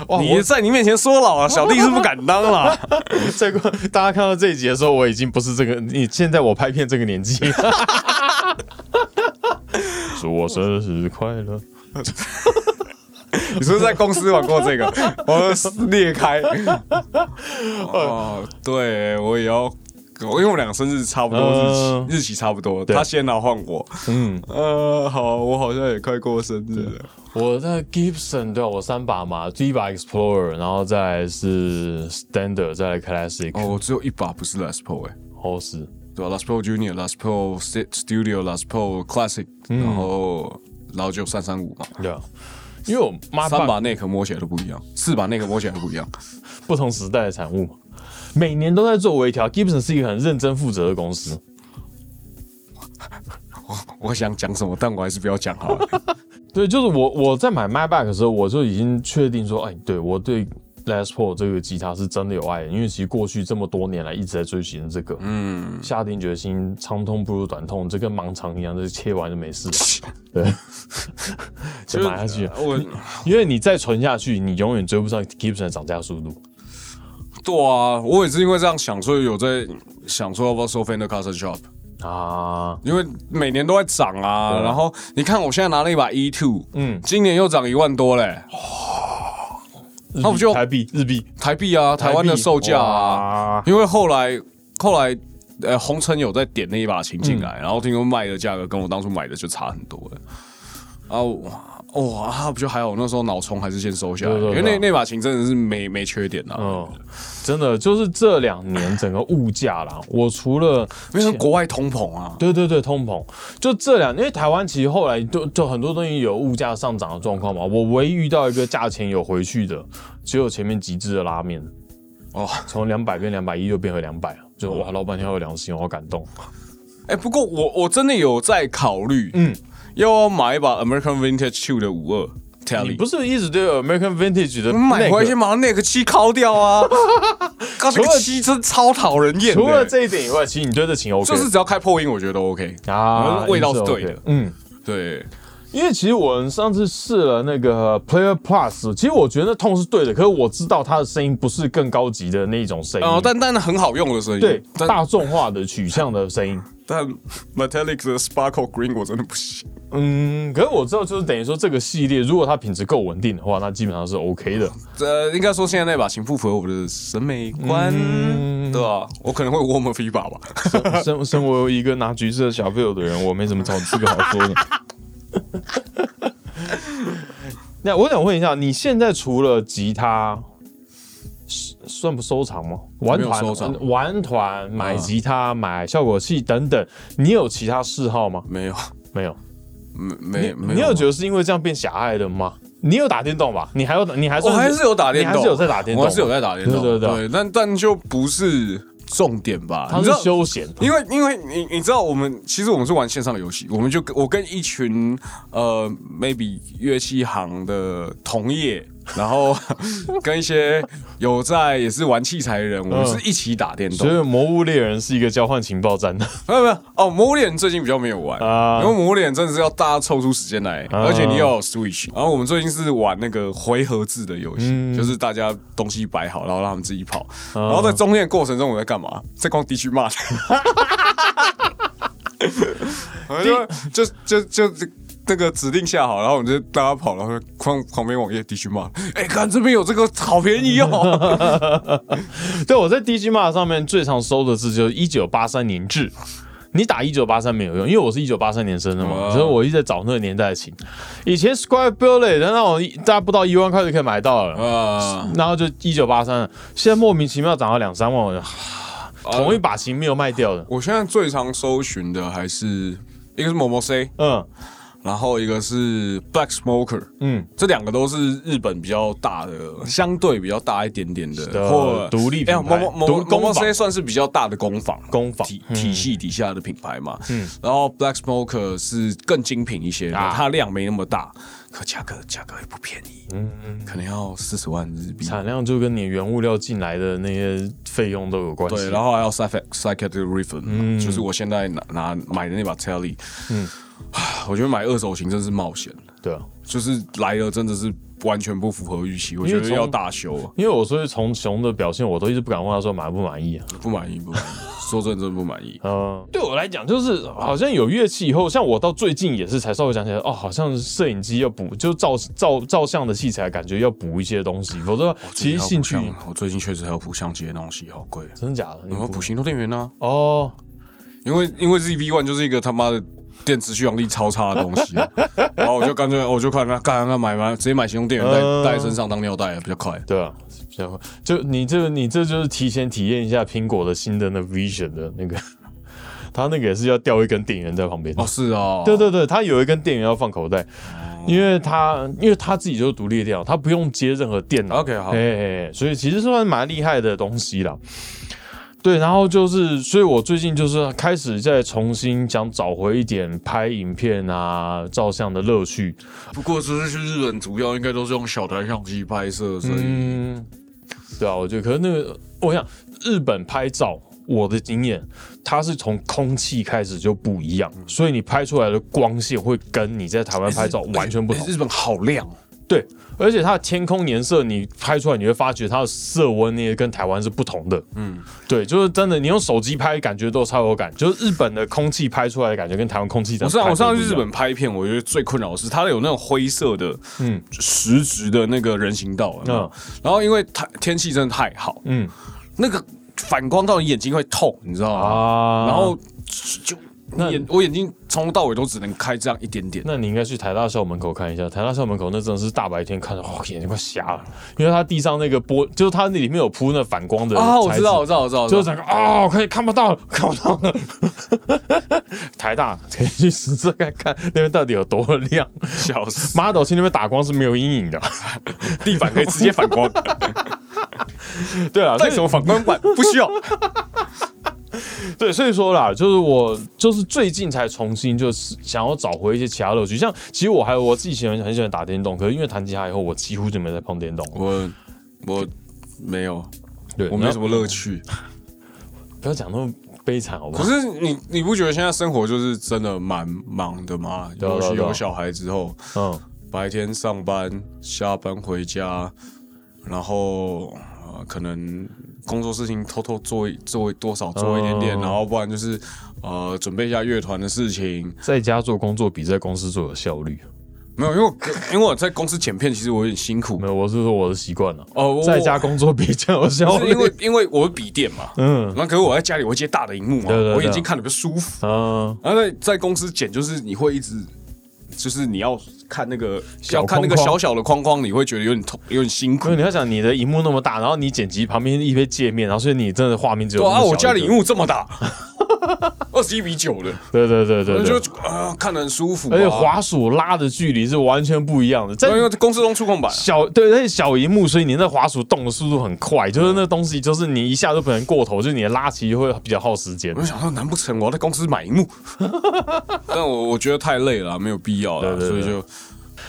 Speaker 1: 哇，
Speaker 2: 你在你面前说老啊，小弟是不敢当啦。
Speaker 1: 这个大家看到这一集的时候，我已经不是这个，你现在我拍片这个年 纪。祝我生日快乐！
Speaker 2: 你是不是在公司玩过这 个？我裂开。 哦，对，我也要。我因为我们两个生日差不多日期，
Speaker 1: 嗯
Speaker 2: 日期差不多，他先然后换我。嗯，呃，好，我好像也快过生日了。
Speaker 1: 我在 Gibson 对、啊、我三把嘛，第一把 Explorer，然后再来是 Standard，再来 Classic，
Speaker 2: 哦，我只有一把不是 Les Paul 哎、
Speaker 1: 后是
Speaker 2: 对吧、l e s Paul Junior、Les Paul St- Studio、Les Paul Classic，、然后老九三三五嘛，
Speaker 1: 对啊，因为我妈
Speaker 2: 三
Speaker 1: 爸
Speaker 2: 把内壳摸起来都不一样，四把内壳摸起来都不一样。
Speaker 1: 不同时代的产物嘛，每年都在做微调。Gibson 是一个很认真负责的公司，
Speaker 2: 我想讲什么，但我还是不要讲好了。
Speaker 1: 对，就是我我在买 MyBack 的时候，我就已经确定说，哎，对我对 Les Paul 这个吉他是真的有爱的，因为其实过去这么多年来一直在追寻这个，嗯，下定决心，长痛不如短痛，这跟盲肠一样，就是切完就没事 了，对，就买下去，
Speaker 2: 我
Speaker 1: 因为你再存下去，你永远追不上 Gibson 的涨价速度。
Speaker 2: 对啊，我也是因为这样想，所以有在想说要不要收 Fender Custom Shop，
Speaker 1: 啊，
Speaker 2: 因为每年都在涨啊。然后你看我现在拿了一把 E Two，嗯，今年又涨一万多嘞、
Speaker 1: 那
Speaker 2: 那不就
Speaker 1: 台币、日币、
Speaker 2: 台币啊，台湾的售价啊。
Speaker 1: 啊，
Speaker 2: 因为后来后来，呃，红尘有在点那一把琴进来，然后听说卖的价格跟我当初买的就差很多了。啊，我哇、啊，不就还好，那时候脑冲还是先收下来，
Speaker 1: 对对对
Speaker 2: 因为那那把琴真的是没没缺点啊。
Speaker 1: 嗯，真的就是这两年整个物价啦，我除了
Speaker 2: 因为国外通膨啊，
Speaker 1: 对对对，通膨就这两，因为台湾其实后来就就很多东西有物价上涨的状况嘛。我唯一遇到一个价钱有回去的，只有前面极致的拉面，
Speaker 2: 哦，
Speaker 1: 从两百变两百一，又变回两百，啊就哇，
Speaker 2: 嗯
Speaker 1: 老板娘有良心，我好感动。
Speaker 2: 哎、不过我我真的有在考虑，嗯，要不要买一把 American Vintage Two 的五二 Tally，
Speaker 1: 你不是一直对 American Vintage 的
Speaker 2: 我买回来先
Speaker 1: 吗？
Speaker 2: 把它那个漆敲掉 啊？刚才那个漆真超讨人厌的。
Speaker 1: 除了这一点以外，其实你对这琴 OK
Speaker 2: 就是只要开破音，我觉得都 OK。
Speaker 1: 啊，
Speaker 2: 味道是
Speaker 1: 音
Speaker 2: 对
Speaker 1: OK
Speaker 2: 的
Speaker 1: 嗯。
Speaker 2: 对，
Speaker 1: 因为其实我们上次试了那个 Player Plus，其实我觉得那痛是对的，可是我知道它的声音不是更高级的那一种声音。
Speaker 2: 然后呃但但很好用的声音，
Speaker 1: 对
Speaker 2: 但
Speaker 1: 大众化的取向的声音。
Speaker 2: 但 Metallic 的 Sparkle Green 我真的不行。
Speaker 1: 嗯，可是我知道，就是等于说这个系列，如果它品质够稳定的话，那基本上是 OK 的。
Speaker 2: 呃，应该说现在那把琴不符合我的审美观，
Speaker 1: 嗯
Speaker 2: 对吧、我可能会 warm up 一把吧。
Speaker 1: 身身为一个拿橘色小 v i 的人，我没什么好资格好说的。 那我想问一下，你现在除了吉他，是算不收藏吗？玩
Speaker 2: 没有
Speaker 1: 团、
Speaker 2: 收藏
Speaker 1: 嗯玩团、买吉他、买效果器等等，你有其他嗜好吗？
Speaker 2: 没有，
Speaker 1: 没有。
Speaker 2: 没没哎没
Speaker 1: 你有觉
Speaker 2: 得？
Speaker 1: 得是因为这样变狭隘的吗？你有打电动吧？你还有打，你还
Speaker 2: 我
Speaker 1: 算
Speaker 2: 还是有打电
Speaker 1: 你还
Speaker 2: 动，
Speaker 1: 是有在打电动，
Speaker 2: 我还是有在打电动。
Speaker 1: 对对对
Speaker 2: 但但就不是重点吧？
Speaker 1: 它
Speaker 2: 你
Speaker 1: 是
Speaker 2: 知道
Speaker 1: 休闲。
Speaker 2: 因为因为你你知道我们其实我们是玩线上游戏，我们就跟我跟一群呃 maybe 乐器行的同业然后 跟一些有在也是玩器材的人，我们
Speaker 1: 嗯
Speaker 2: 是一起打电动
Speaker 1: 所以。《魔物猎人》是一个交换情报站 的，
Speaker 2: 没有没有哦，魔物猎人最近比较没有玩，
Speaker 1: 啊
Speaker 2: 因为魔物猎人真的是要大家抽出时间来，
Speaker 1: 啊
Speaker 2: 而且你要有 Switch。然后我们最近是玩那个回合制的游戏，
Speaker 1: 嗯
Speaker 2: 就是大家东西摆好，然后让他们自己跑。
Speaker 1: 啊
Speaker 2: 然后在中练过程中，我在干嘛？在逛地区骂 人。我就就就就就那个指定下好，然后我们就大家跑，然后逛旁边网页地区骂。哎、看这边有这个，好便宜 哦！
Speaker 1: 对，我在 DG m a 上面最常搜的字就是一九八三年制。你打一九八三没有用，因为我是一九八三年生的嘛，
Speaker 2: 哦
Speaker 1: 所以我一直在找那个年代的琴。以前 Square Billet 的那种，大家不到一万块就可以买到了，
Speaker 2: 啊，
Speaker 1: 然后就一九八三，现在莫名其妙涨到两三万，我就
Speaker 2: 哦
Speaker 1: 同一把琴没有卖掉的，
Speaker 2: 我现在最常搜寻的还是一个是某某 C，
Speaker 1: 嗯
Speaker 2: 然后一个是 Black Smoker，
Speaker 1: 嗯，
Speaker 2: 这两个都是日本比较大的，相对比较大一点点的，
Speaker 1: 的
Speaker 2: 或
Speaker 1: 独立品牌
Speaker 2: 哎某某某
Speaker 1: 独
Speaker 2: 某
Speaker 1: 工
Speaker 2: 某
Speaker 1: 坊
Speaker 2: C 算是比较大的工坊，
Speaker 1: 工坊嗯
Speaker 2: 体体系底下的品牌嘛。嗯，然后 Black Smoker 是更精品一些的，
Speaker 1: 啊
Speaker 2: 它量没那么大，可价格价格也不便宜，嗯，可能要四十万日币。
Speaker 1: 产量就跟你原物料进来的那些费用都有关系。
Speaker 2: 对，然后还有 Psychic Psychic Riven，、就是
Speaker 1: 嗯
Speaker 2: 我现在拿拿买的那把 Telly，嗯， 我觉得买二手琴真是冒险。
Speaker 1: 对啊，
Speaker 2: 就是来了真的是完全不符合预期，我
Speaker 1: 因
Speaker 2: 觉
Speaker 1: 为
Speaker 2: 得
Speaker 1: 从
Speaker 2: 要大修啊，
Speaker 1: 因为我说从熊的表现，我都一直不敢问他说满不满意啊。
Speaker 2: 不满意不满意，说真的真的不满意。
Speaker 1: 嗯，对我来讲，就是好像有乐器以后，像我到最近也是才稍微想起来，哦，好像摄影机要补，就照照照相的器材，感觉要补一些东西，否则其实兴趣
Speaker 2: 还有谱箱我最近确实还有谱相机的东西，好贵。啊
Speaker 1: 真的假的？你
Speaker 2: 然后
Speaker 1: 不
Speaker 2: 补行动电源啊呢？
Speaker 1: 哦，
Speaker 2: 因为因为 ZV One 就是一个他妈的电磁续航力超差的东西，啊 然后我就干脆我就看他干他买买直接买行动电源
Speaker 1: 嗯
Speaker 2: 带带在身上当尿袋比较快。
Speaker 1: 对啊，然后就你这你这就是提前体验一下苹果的新的那 Vision 的那个， 它那个也是要吊一根电源在旁边。
Speaker 2: 哦，是哦，哎
Speaker 1: 对对对，它有一根电源要放口袋，因为它因为它自己就是独立的电脑，它不用接任何电脑。
Speaker 2: OK，好
Speaker 1: 哎哎哎所以其实算蛮厉害的东西啦。对，然后就是，所以我最近就是开始在重新想找回一点拍影片啊、照相的乐趣。
Speaker 2: 不过这次去日本主要应该都是用小台相机拍摄，所以
Speaker 1: 嗯，对啊，我觉得，可是那个，我想日本拍照，我的经验，它是从空气开始就不一样，所以你拍出来的光线会跟你在台湾拍照完全不同
Speaker 2: 哎。日本好亮哦，
Speaker 1: 对，而且它的天空颜色，你拍出来你会发觉它的色温那些跟台湾是不同的。嗯，对，就是真的，你用手机拍感觉都有超有感，就是日本的空气拍出来的感觉跟台湾空气真
Speaker 2: 我
Speaker 1: 的
Speaker 2: 上
Speaker 1: 拍
Speaker 2: 我上
Speaker 1: 出
Speaker 2: 次
Speaker 1: 来不
Speaker 2: 去日
Speaker 1: 一样
Speaker 2: 本拍片，我觉得最困扰的是它有那种灰色的，嗯
Speaker 1: 嗯，
Speaker 2: 实质的那个人行道，嗯
Speaker 1: 嗯，
Speaker 2: 然后因为它天气真的太好，嗯
Speaker 1: 嗯，
Speaker 2: 那个反光到你眼睛会痛，你知道吗？
Speaker 1: 啊，
Speaker 2: 然后就
Speaker 1: 那
Speaker 2: 眼我眼睛从头到尾都只能开这样一点点，
Speaker 1: 那你应该去台大校门口看一下，台大校门口那真的是大白天看的，哦，眼睛快瞎了，因为它地上那个玻，就是它那里面有铺那反光的
Speaker 2: 啊，我
Speaker 1: 材
Speaker 2: 知
Speaker 1: 质
Speaker 2: 道，我知道，我知道，
Speaker 1: 就
Speaker 2: 就是是
Speaker 1: 整个哦，可以看不到了，看不到 了。台大可以去实测看看那边到底有多亮。
Speaker 2: 笑死，
Speaker 1: model 去那边打光是没有阴影 的。
Speaker 2: 地板可以直接 反光，
Speaker 1: 对啊，
Speaker 2: 带
Speaker 1: 为
Speaker 2: 什么反光板？不需要。
Speaker 1: 对，所以说啦，就是我就是最近才重新就是想要找回一些其他乐趣，像其实我还有我自己喜欢很喜欢打电动，可是因为弹吉他以后，我几乎就没再碰电动了。
Speaker 2: 我我没有，
Speaker 1: 对，
Speaker 2: 我没什么乐趣。
Speaker 1: 然后不要讲那么悲惨好不
Speaker 2: 可
Speaker 1: 好？
Speaker 2: 是你你不觉得现在生活就是真的蛮忙的吗？
Speaker 1: 对啊
Speaker 2: 尤
Speaker 1: 对啊
Speaker 2: 其
Speaker 1: 对啊
Speaker 2: 有小孩之后，
Speaker 1: 嗯，
Speaker 2: 白天上班，下班回家，然后、呃、可能工作事情偷偷做一做一多少做一点点，
Speaker 1: 嗯
Speaker 2: 然后不然就是呃准备一下乐团的事情。
Speaker 1: 在家做工作比在公司做有效率。
Speaker 2: 没有，因为我因为我在公司剪片，其实我有点辛苦
Speaker 1: 没。有，我是说我的习惯了。
Speaker 2: 哦，我
Speaker 1: 在家工作比较有效
Speaker 2: 不
Speaker 1: 率
Speaker 2: 是因， 为因为我有笔电嘛，
Speaker 1: 嗯
Speaker 2: 然后可是我在家里我会接大的荧幕嘛，
Speaker 1: 对对对
Speaker 2: 我眼睛看的比较舒服。
Speaker 1: 嗯，
Speaker 2: 然后在在公司剪，就是你会一直，就是你要看那个
Speaker 1: 小
Speaker 2: 要看那个
Speaker 1: 框框
Speaker 2: 小小的框框，你会觉得有点痛，有点辛苦
Speaker 1: 因为。你要想你的荧幕那么大，然后你剪辑旁边一堆界面，然后所以你真的画面只有
Speaker 2: 对
Speaker 1: 那么
Speaker 2: 啊，
Speaker 1: 小一
Speaker 2: 我
Speaker 1: 个
Speaker 2: 家里荧幕这么 大，二十一比九的，
Speaker 1: 对对对对
Speaker 2: 我
Speaker 1: 对，
Speaker 2: 就啊、看得很舒服、啊。
Speaker 1: 而且滑鼠拉的距离是完全不一样的，在
Speaker 2: 对，因为公司用触控板，
Speaker 1: 小对，而且小荧幕，所以你那滑鼠动的速度很快，就是那东西，就是你一下都不能过头，就是你的拉起会比较耗时间
Speaker 2: 我。就想说，难不成 我要在公司买荧幕？但我我觉得太累了啊、没有必要了啊，
Speaker 1: 对对对
Speaker 2: 所以就。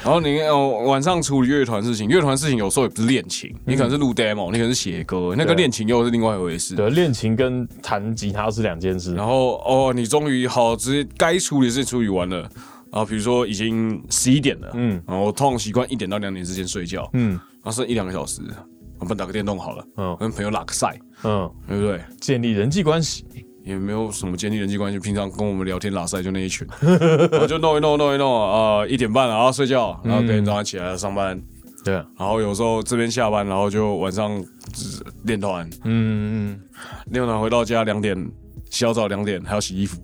Speaker 2: 然后你哦晚上处理乐团事情，乐团事情有时候也不是练琴，你可能是录 demo，你可能是写歌，那个
Speaker 1: 对
Speaker 2: 练琴又是另外一回事。
Speaker 1: 对，练琴跟弹吉他是两件事。
Speaker 2: 然后哦，你终于好，直接该处理的事情处理完了。然后比如说已经十一点了，嗯，然后我通常习惯一点到两点之间睡觉，嗯，然后剩一两个小时，我们打个电动好了，
Speaker 1: 嗯
Speaker 2: 嗯，跟朋友拉个赛，
Speaker 1: 嗯，
Speaker 2: 对不对？
Speaker 1: 建立人际关系。
Speaker 2: 也没有什么建立人际关系，平常跟我们聊天拉塞就那一 群，我就弄一弄弄一弄啊，呃一点半了，然后睡觉，然后隔天早上起来上班，
Speaker 1: 对啊，
Speaker 2: 然后有时候这边下班，然后就晚上呃练团，
Speaker 1: 嗯嗯
Speaker 2: 练团回到家两点，洗好澡两点，还要洗衣服，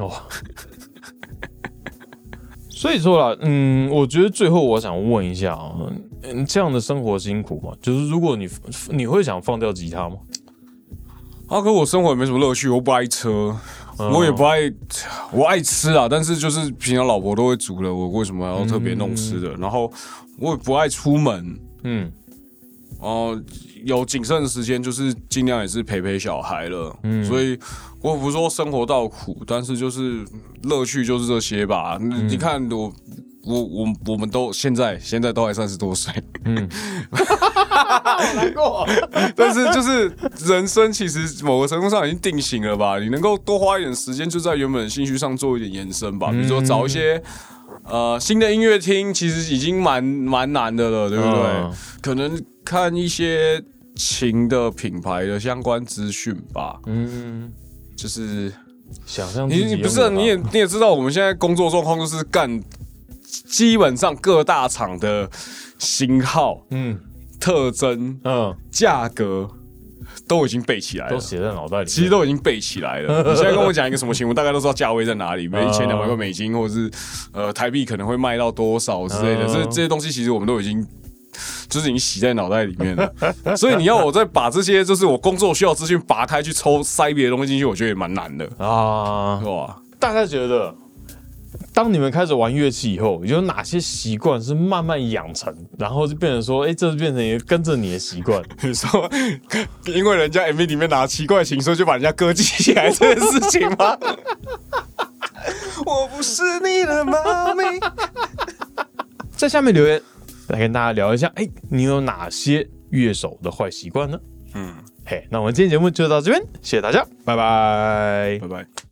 Speaker 1: 嗯，哇。所以说啦，嗯，我觉得最后我想问一下啊，嗯，这样的生活辛苦吗？就是如果你你会想放掉吉他吗？
Speaker 2: 啊，可我生活也没什么乐趣，我不爱车，我也不爱，我爱吃啊，但是就是平常老婆都会煮了，我为什么要特别弄吃的？然后我也不爱出门，
Speaker 1: 嗯
Speaker 2: 哦、有谨慎的时间就是尽量也是陪陪小孩了，嗯，所以我不是说生活到苦，但是就是乐趣就是这些吧。你你看我。我我我们都现在现在都还三十多岁，
Speaker 1: 难过。
Speaker 2: 但是就是人生其实某个程度上已经定型了吧？你能够多花一点时间，就在原本的兴趣上做一点延伸
Speaker 1: 嗯
Speaker 2: 吧，比如说找一些。呃，新的音乐厅其实已经蛮蛮难的了，对不对？
Speaker 1: 嗯
Speaker 2: 可能看一些琴的品牌的相关资讯吧。
Speaker 1: 嗯，
Speaker 2: 就是
Speaker 1: 想嗯象自己
Speaker 2: 你你不
Speaker 1: 拥
Speaker 2: 是
Speaker 1: 有
Speaker 2: 啊你也
Speaker 1: 吧
Speaker 2: 你也知道，我们现在工作状况就是干，基本上各大厂的型号、
Speaker 1: 嗯
Speaker 2: 特征、
Speaker 1: 嗯，
Speaker 2: 价格都已经背起来了
Speaker 1: 都。写在脑袋里面。
Speaker 2: 其实都已经背起来 了。你现在跟我讲一个什么情况，大概都知道价位在哪里，
Speaker 1: 啊
Speaker 2: 比如一千两百块美金，或者是呃台币可能会卖到多少之类的。
Speaker 1: 嗯
Speaker 2: 这这些东西其实我们都已经。就是已经洗在脑袋里 面了，所以你要我再把这些就是我工作需要资讯拔开去抽塞别的东西进去，我觉得也蛮难的，
Speaker 1: 啊
Speaker 2: 是，吧？
Speaker 1: 大家觉得，当你们开始玩乐器以后，有哪些习惯是慢慢养成，然后就变成说，哎、这变成一个跟着你的习 惯？
Speaker 2: 你说 因为人家 MV 里面拿奇怪琴，所以就把人家歌记起来这件事情吗？我不是你的妈咪。
Speaker 1: 在下面留言来跟大家聊一下，哎、你有哪些乐手的坏 习惯呢？嗯，嘿，那我们今天节目就到这边，谢谢大家，拜拜
Speaker 2: 拜拜。